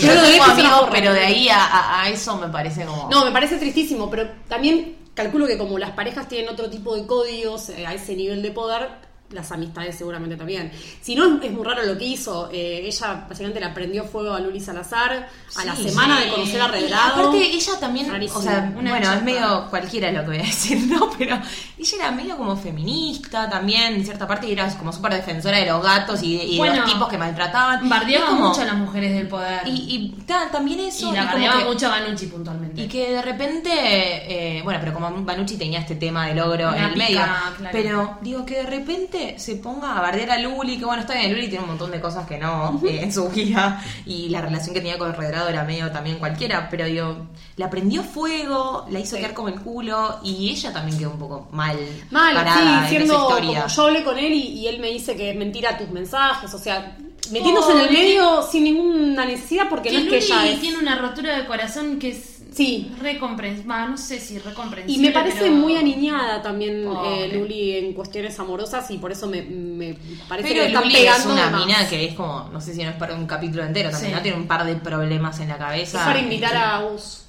[SPEAKER 7] Yo
[SPEAKER 5] yo
[SPEAKER 7] lo
[SPEAKER 5] tengo
[SPEAKER 7] dije, se la
[SPEAKER 5] amigos,
[SPEAKER 7] borro.
[SPEAKER 5] pero de ahí a, a- a eso me parece como.
[SPEAKER 7] No, me parece tristísimo, pero también calculo que como las parejas tienen otro tipo de códigos eh, a ese nivel de poder, las amistades seguramente también. Si no, es- es muy raro lo que hizo. Eh, ella básicamente le prendió fuego a Luli Salazar a la
[SPEAKER 5] Sí,
[SPEAKER 7] semana
[SPEAKER 4] sí.
[SPEAKER 7] de conocer a
[SPEAKER 5] Y
[SPEAKER 7] Redrado.
[SPEAKER 5] aparte, ella también,
[SPEAKER 7] Rarísimo.
[SPEAKER 5] o sea,
[SPEAKER 4] Una
[SPEAKER 5] bueno,
[SPEAKER 4] chapa.
[SPEAKER 5] es medio cualquiera lo que voy a decir, ¿no? Pero ella era medio como feminista también, en cierta parte, y era como súper defensora de los gatos y, y de
[SPEAKER 4] Bueno,
[SPEAKER 5] los tipos que maltrataban.
[SPEAKER 4] Bardeaba
[SPEAKER 5] Y es como-
[SPEAKER 4] mucho a las mujeres del poder.
[SPEAKER 5] Y, y ta- también
[SPEAKER 4] Y
[SPEAKER 5] eso.
[SPEAKER 4] la
[SPEAKER 5] como
[SPEAKER 4] bardeaba
[SPEAKER 5] que-
[SPEAKER 4] mucho a Banucci puntualmente.
[SPEAKER 5] Y que de repente, eh, bueno, pero como Banucci tenía este tema del ogro
[SPEAKER 4] Una
[SPEAKER 5] en el
[SPEAKER 4] pica,
[SPEAKER 5] medio,
[SPEAKER 4] claro.
[SPEAKER 5] pero digo que de repente se ponga a bardear a Luli, que bueno, está bien, Luli tiene un montón de cosas que no eh, en su vida, y la relación que tenía con Redrado era medio también cualquiera, pero digo, la prendió fuego, la hizo
[SPEAKER 7] Sí.
[SPEAKER 5] quedar como el culo, y ella también quedó un poco mal,
[SPEAKER 7] Mal,
[SPEAKER 5] parada
[SPEAKER 7] sí,
[SPEAKER 5] en esa
[SPEAKER 7] siendo
[SPEAKER 5] historia.
[SPEAKER 7] como yo hablé con él y, y él me dice que es mentira tus mensajes, o sea, metiéndose en el
[SPEAKER 4] Pobre.
[SPEAKER 7] medio sin ninguna necesidad porque
[SPEAKER 4] que
[SPEAKER 7] no es que
[SPEAKER 4] Luli
[SPEAKER 7] ella es...
[SPEAKER 4] tiene una rotura de corazón que es
[SPEAKER 7] Sí.
[SPEAKER 4] recomprensiva, no sé si recomprensible.
[SPEAKER 7] Y me parece
[SPEAKER 4] pero-
[SPEAKER 7] muy aniñada también
[SPEAKER 4] Pobre.
[SPEAKER 7] eh, Luli en cuestiones amorosas y por eso me, me parece que
[SPEAKER 5] Pero
[SPEAKER 7] le está
[SPEAKER 5] Luli es
[SPEAKER 7] pegando
[SPEAKER 5] una
[SPEAKER 7] de más.
[SPEAKER 5] mina que es como, no sé si no es para un capítulo entero también,
[SPEAKER 4] Sí.
[SPEAKER 5] ¿no? Tiene un par de problemas en la
[SPEAKER 7] Es
[SPEAKER 5] cabeza.
[SPEAKER 7] para invitar a Us.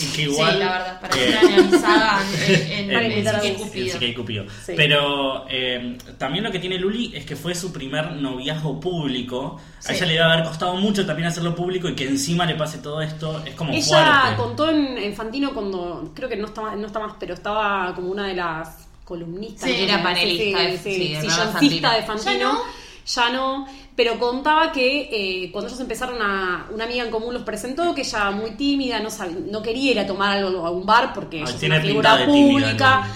[SPEAKER 6] Y que igual,
[SPEAKER 4] sí, la verdad, para
[SPEAKER 6] eh,
[SPEAKER 4] ser analizada en, en,
[SPEAKER 6] En-
[SPEAKER 4] en
[SPEAKER 6] en-
[SPEAKER 7] invitar a
[SPEAKER 4] Psique
[SPEAKER 7] vos.
[SPEAKER 6] en
[SPEAKER 4] Cupido.
[SPEAKER 6] Sica y Cupido.
[SPEAKER 7] Sí.
[SPEAKER 6] Pero eh, también lo que tiene Luli es que fue su primer noviazgo público.
[SPEAKER 4] Sí.
[SPEAKER 6] A ella le iba a haber costado mucho también hacerlo público y que encima le pase todo esto es como
[SPEAKER 7] Ella
[SPEAKER 6] fuerte.
[SPEAKER 7] contó en, en Fantino cuando, creo que no está, más- no está más, pero estaba como una de las columnistas.
[SPEAKER 4] Sí,
[SPEAKER 7] ¿no?
[SPEAKER 5] era panelista,
[SPEAKER 7] Sí, sí,
[SPEAKER 5] sí, de
[SPEAKER 7] sí,
[SPEAKER 5] Bernardo
[SPEAKER 7] silloncista de
[SPEAKER 5] Fantino.
[SPEAKER 7] Fantino.
[SPEAKER 4] ¿Ya no?
[SPEAKER 7] Ya no, pero contaba que eh, cuando ellos empezaron a. Una amiga en común los presentó, que ella muy tímida, no, sab- no quería ir a tomar algo a un bar porque
[SPEAKER 6] Ay,
[SPEAKER 7] ella es
[SPEAKER 6] tiene
[SPEAKER 7] una
[SPEAKER 6] pinta
[SPEAKER 7] figura
[SPEAKER 6] de tímida,
[SPEAKER 7] pública.
[SPEAKER 6] Luli.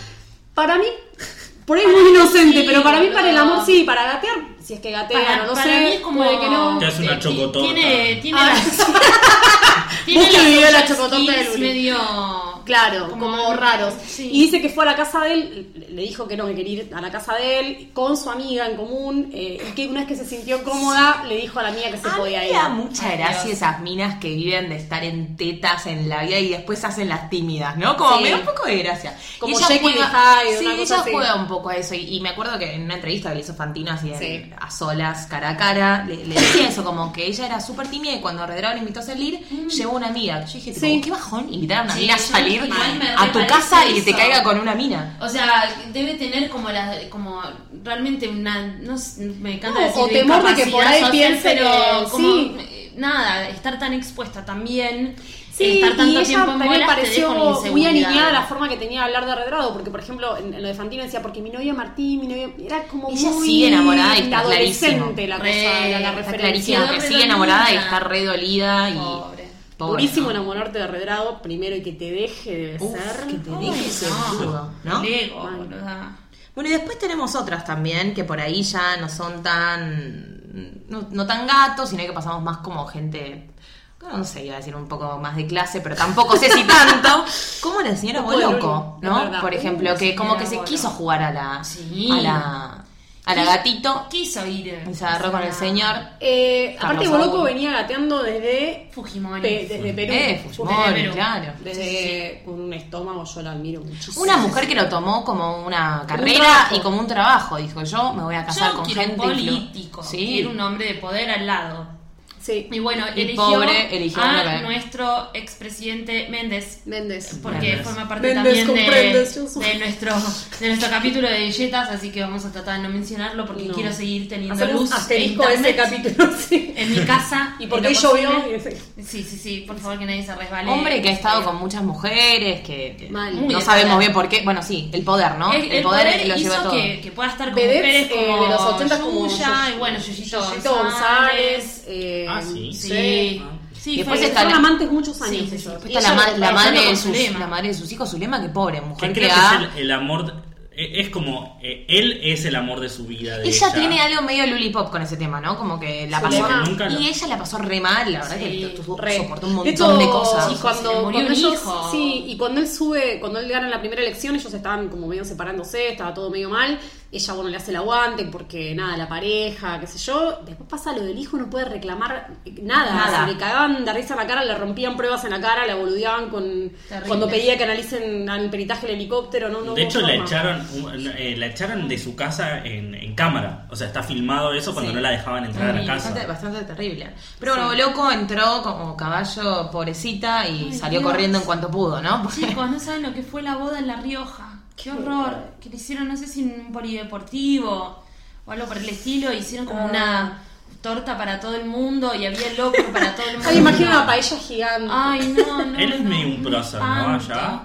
[SPEAKER 7] Para mí, por ahí es muy inocente,
[SPEAKER 4] sí,
[SPEAKER 7] pero para mí, para el amor
[SPEAKER 4] boludo.
[SPEAKER 7] sí, para gatear, si es que gatea,
[SPEAKER 4] Para-
[SPEAKER 7] no lo
[SPEAKER 4] para
[SPEAKER 7] sé.
[SPEAKER 4] mí es como-
[SPEAKER 7] puede que no.
[SPEAKER 6] Te hace una
[SPEAKER 4] Ti-
[SPEAKER 6] chocotorta.
[SPEAKER 4] Tiene, tiene
[SPEAKER 7] Ah,
[SPEAKER 4] las-
[SPEAKER 7] sí.
[SPEAKER 4] tiene
[SPEAKER 7] Vos que
[SPEAKER 4] las
[SPEAKER 7] vivió la
[SPEAKER 4] otras
[SPEAKER 7] chocotorta de
[SPEAKER 4] skills
[SPEAKER 7] Luli.
[SPEAKER 4] medio...
[SPEAKER 7] Claro, como,
[SPEAKER 4] Como-
[SPEAKER 7] raros.
[SPEAKER 4] sí.
[SPEAKER 7] Y dice que fue a la casa de él, le- le dijo que no, que quería ir a la casa de él, con su amiga en común, eh, y que una vez que se sintió cómoda, le dijo a la amiga que
[SPEAKER 4] Ah,
[SPEAKER 7] se podía ir.
[SPEAKER 5] Había mucha
[SPEAKER 4] Ay,
[SPEAKER 5] gracia
[SPEAKER 4] Dios.
[SPEAKER 5] esas minas que viven de estar en tetas en la vida y después se hacen las tímidas, ¿no? Como
[SPEAKER 7] Sí.
[SPEAKER 5] me da un poco de gracia.
[SPEAKER 7] Como
[SPEAKER 5] Y ella
[SPEAKER 7] Jekyll y
[SPEAKER 5] juega-
[SPEAKER 7] Hyde,
[SPEAKER 5] sí,
[SPEAKER 7] una cosa
[SPEAKER 5] ella
[SPEAKER 7] así.
[SPEAKER 5] juega un poco a eso. Y, y me acuerdo que en una entrevista que le hizo Fantino así en-
[SPEAKER 7] Sí.
[SPEAKER 5] a solas, cara a cara, le, le decía eso, como que ella era súper tímida y cuando Redrado le invitó a salir, llevó una amiga. Yo dije, tipo,
[SPEAKER 7] Mm. Sí.
[SPEAKER 5] qué bajón invitar a una
[SPEAKER 4] Sí,
[SPEAKER 5] mina a
[SPEAKER 4] yo
[SPEAKER 5] salir
[SPEAKER 4] igual me
[SPEAKER 5] a tu
[SPEAKER 4] reparece
[SPEAKER 5] casa y que te
[SPEAKER 4] eso.
[SPEAKER 5] caiga con una mina.
[SPEAKER 4] O sea, debe tener como la, como realmente una, no sé, me encanta
[SPEAKER 7] No,
[SPEAKER 4] decir
[SPEAKER 7] o temor de que por ahí
[SPEAKER 4] discapacidad social,
[SPEAKER 7] piense
[SPEAKER 4] pero
[SPEAKER 7] que-
[SPEAKER 4] como
[SPEAKER 7] sí.
[SPEAKER 4] eh, nada, estar tan expuesta también,
[SPEAKER 7] Sí,
[SPEAKER 4] estar
[SPEAKER 7] y
[SPEAKER 4] tanto
[SPEAKER 7] ella
[SPEAKER 4] tiempo en
[SPEAKER 7] también me
[SPEAKER 4] bolas, te
[SPEAKER 7] pareció
[SPEAKER 4] deja una
[SPEAKER 7] muy
[SPEAKER 4] inseguridad.
[SPEAKER 7] alineada la forma que tenía de hablar de redrado, porque por ejemplo, en, en lo de Fantino decía, porque mi novio Martín, mi novio, era como
[SPEAKER 5] Ella
[SPEAKER 7] muy
[SPEAKER 5] sigue enamorada y está clarísimo.
[SPEAKER 7] adolescente la cosa,
[SPEAKER 4] Re,
[SPEAKER 7] la, la
[SPEAKER 4] está
[SPEAKER 5] Está
[SPEAKER 7] referencia.
[SPEAKER 5] clarísimo que sigue enamorada y está re dolida y.
[SPEAKER 4] Pobre.
[SPEAKER 5] Pobre,
[SPEAKER 7] Durísimo
[SPEAKER 5] ¿no?
[SPEAKER 7] enamorarte de redrado, primero y que te deje de
[SPEAKER 5] Uf,
[SPEAKER 7] besar.
[SPEAKER 5] que te
[SPEAKER 4] Ay,
[SPEAKER 5] deje ese
[SPEAKER 4] no,
[SPEAKER 5] boludo, ¿no?
[SPEAKER 4] Lego,
[SPEAKER 7] Mal.
[SPEAKER 4] boluda.
[SPEAKER 5] Bueno, y después tenemos otras también que por ahí ya no son tan. no, no tan gatos, sino que pasamos más como gente. No sé, iba a decir un poco más de clase, pero tampoco sé si tanto. Como la señora
[SPEAKER 7] Un poco de
[SPEAKER 5] Boloco,
[SPEAKER 7] Luli, es
[SPEAKER 5] ¿no?
[SPEAKER 7] verdad.
[SPEAKER 5] Por ejemplo,
[SPEAKER 4] Uh,
[SPEAKER 5] que como que se
[SPEAKER 4] señora
[SPEAKER 5] quiso
[SPEAKER 4] Boloco.
[SPEAKER 5] jugar a la.
[SPEAKER 4] Sí.
[SPEAKER 5] a la. a la gatito
[SPEAKER 4] Quiso ir.
[SPEAKER 5] y se agarró con el señor.
[SPEAKER 7] Eh,
[SPEAKER 5] Carlos
[SPEAKER 7] aparte, Boloco
[SPEAKER 5] Saúl.
[SPEAKER 7] venía gateando desde,
[SPEAKER 4] Fujimori.
[SPEAKER 7] Pe- desde Perú.
[SPEAKER 5] Eh,
[SPEAKER 4] de
[SPEAKER 5] Fujimori,
[SPEAKER 4] Perú.
[SPEAKER 5] claro.
[SPEAKER 7] Desde con un estómago, yo la admiro muchísimo.
[SPEAKER 5] Una mujer que lo tomó Pues como una carrera
[SPEAKER 7] trabajo.
[SPEAKER 5] y como un trabajo, dijo yo, me voy a casar
[SPEAKER 4] Yo
[SPEAKER 5] con
[SPEAKER 4] quiero
[SPEAKER 5] gente
[SPEAKER 4] un político,
[SPEAKER 5] influ- Sí.
[SPEAKER 4] quiero un hombre de poder al lado.
[SPEAKER 7] Sí,
[SPEAKER 4] Y bueno,
[SPEAKER 5] Y
[SPEAKER 4] eligió,
[SPEAKER 5] pobre, eligió
[SPEAKER 4] a
[SPEAKER 5] una-
[SPEAKER 4] nuestro expresidente Méndez.
[SPEAKER 7] Méndez.
[SPEAKER 4] Porque
[SPEAKER 6] Méndez.
[SPEAKER 4] forma parte
[SPEAKER 7] Méndez,
[SPEAKER 4] también de,
[SPEAKER 7] comprendes, yo soy-
[SPEAKER 4] de nuestro, de nuestro capítulo de billetas, así que vamos a tratar de no mencionarlo porque
[SPEAKER 7] No.
[SPEAKER 4] quiero seguir teniendo
[SPEAKER 7] Hacemos
[SPEAKER 4] luz. e
[SPEAKER 7] asterisco a ese
[SPEAKER 4] internet
[SPEAKER 7] capítulo, sí.
[SPEAKER 4] En mi casa.
[SPEAKER 7] Y
[SPEAKER 4] en
[SPEAKER 7] porque
[SPEAKER 4] lo
[SPEAKER 7] llovió.
[SPEAKER 4] posible.
[SPEAKER 7] y ese-
[SPEAKER 4] Sí, sí, sí, por favor que nadie se resbale.
[SPEAKER 5] Hombre que ha estado
[SPEAKER 4] Eh,
[SPEAKER 5] con muchas mujeres, que, que
[SPEAKER 7] Mal.
[SPEAKER 5] no
[SPEAKER 7] Muy
[SPEAKER 4] de
[SPEAKER 5] sabemos
[SPEAKER 4] poder.
[SPEAKER 5] bien por qué. Bueno, sí, el poder, ¿no?
[SPEAKER 4] El, el poder,
[SPEAKER 5] lo lleva
[SPEAKER 4] hizo
[SPEAKER 5] todo.
[SPEAKER 4] que, que pueda estar con
[SPEAKER 7] Vedettes,
[SPEAKER 4] mujeres
[SPEAKER 7] eh,
[SPEAKER 4] como
[SPEAKER 7] de los 80 como
[SPEAKER 4] Yuya,
[SPEAKER 7] Yu-
[SPEAKER 4] y bueno, Yuyito
[SPEAKER 7] Yuyito
[SPEAKER 4] González.
[SPEAKER 7] González. eh,
[SPEAKER 6] Ah, sí.
[SPEAKER 4] Sí. Sí,
[SPEAKER 5] Después
[SPEAKER 4] fue-
[SPEAKER 5] está
[SPEAKER 7] Fueron
[SPEAKER 5] la-
[SPEAKER 7] amantes muchos años.
[SPEAKER 4] Sí, sí, sí.
[SPEAKER 7] ellos.
[SPEAKER 5] Después
[SPEAKER 7] Y
[SPEAKER 5] está la,
[SPEAKER 7] ella
[SPEAKER 5] ma-
[SPEAKER 7] lo
[SPEAKER 5] la
[SPEAKER 7] traicionó
[SPEAKER 5] madre
[SPEAKER 4] con
[SPEAKER 5] de
[SPEAKER 7] con
[SPEAKER 5] sus,
[SPEAKER 4] Zulema.
[SPEAKER 5] la madre de sus hijos, Zulema, que pobre,
[SPEAKER 6] Que
[SPEAKER 5] mujer que,
[SPEAKER 6] creo que
[SPEAKER 5] ha-
[SPEAKER 6] es el, el amor. e- Es como. e- Él es el amor de su vida. de
[SPEAKER 5] Ella tiene algo medio lulipop con ese tema, ¿no? Como que la pasó.
[SPEAKER 7] Zulema.
[SPEAKER 6] Nunca lo-
[SPEAKER 5] Y ella la pasó re mal, la verdad
[SPEAKER 4] Sí,
[SPEAKER 5] que tu- tu-
[SPEAKER 7] Re.
[SPEAKER 5] soportó un montón
[SPEAKER 7] de, hecho,
[SPEAKER 5] de cosas.
[SPEAKER 7] sí,
[SPEAKER 4] se
[SPEAKER 7] cuando,
[SPEAKER 4] le murió
[SPEAKER 7] cuando
[SPEAKER 4] un
[SPEAKER 7] ellos-
[SPEAKER 4] hijo.
[SPEAKER 7] sí, y cuando él sube, cuando él gana la primera elección, ellos estaban como medio separándose, estaba todo medio mal. Ella, bueno, le hace el aguante porque nada, la pareja, qué sé yo. Después pasa lo del hijo, no puede reclamar nada.
[SPEAKER 5] Nada.
[SPEAKER 7] Se le cagaban de risa en la cara, le rompían pruebas en la cara, la boludeaban con
[SPEAKER 4] Terrible.
[SPEAKER 7] cuando pedía que analicen al peritaje del helicóptero. No, no
[SPEAKER 6] De
[SPEAKER 7] hubo
[SPEAKER 6] hecho, la
[SPEAKER 7] forma.
[SPEAKER 6] echaron, eh, la echaron de su casa en, en cámara. O sea, está filmado eso cuando
[SPEAKER 5] Sí.
[SPEAKER 6] no la dejaban entrar a la
[SPEAKER 5] Sí,
[SPEAKER 6] casa.
[SPEAKER 5] Bastante, bastante terrible. Pero bueno, loco entró como caballo pobrecita y
[SPEAKER 4] Ay,
[SPEAKER 5] salió
[SPEAKER 4] Dios.
[SPEAKER 5] corriendo en cuanto pudo, ¿no? Porque-
[SPEAKER 4] Chicos, no saben lo que fue la boda en La Rioja. Qué horror. Que le hicieron, no sé si en un polideportivo o algo por el estilo. Hicieron como
[SPEAKER 5] Ah.
[SPEAKER 4] una torta para todo el mundo y había locro para todo el mundo.
[SPEAKER 7] Ay, imagino una paella gigante.
[SPEAKER 4] Ay, no, no.
[SPEAKER 6] Él es
[SPEAKER 4] no,
[SPEAKER 6] medio un prócer, ¿no?
[SPEAKER 4] espanto.
[SPEAKER 6] Allá.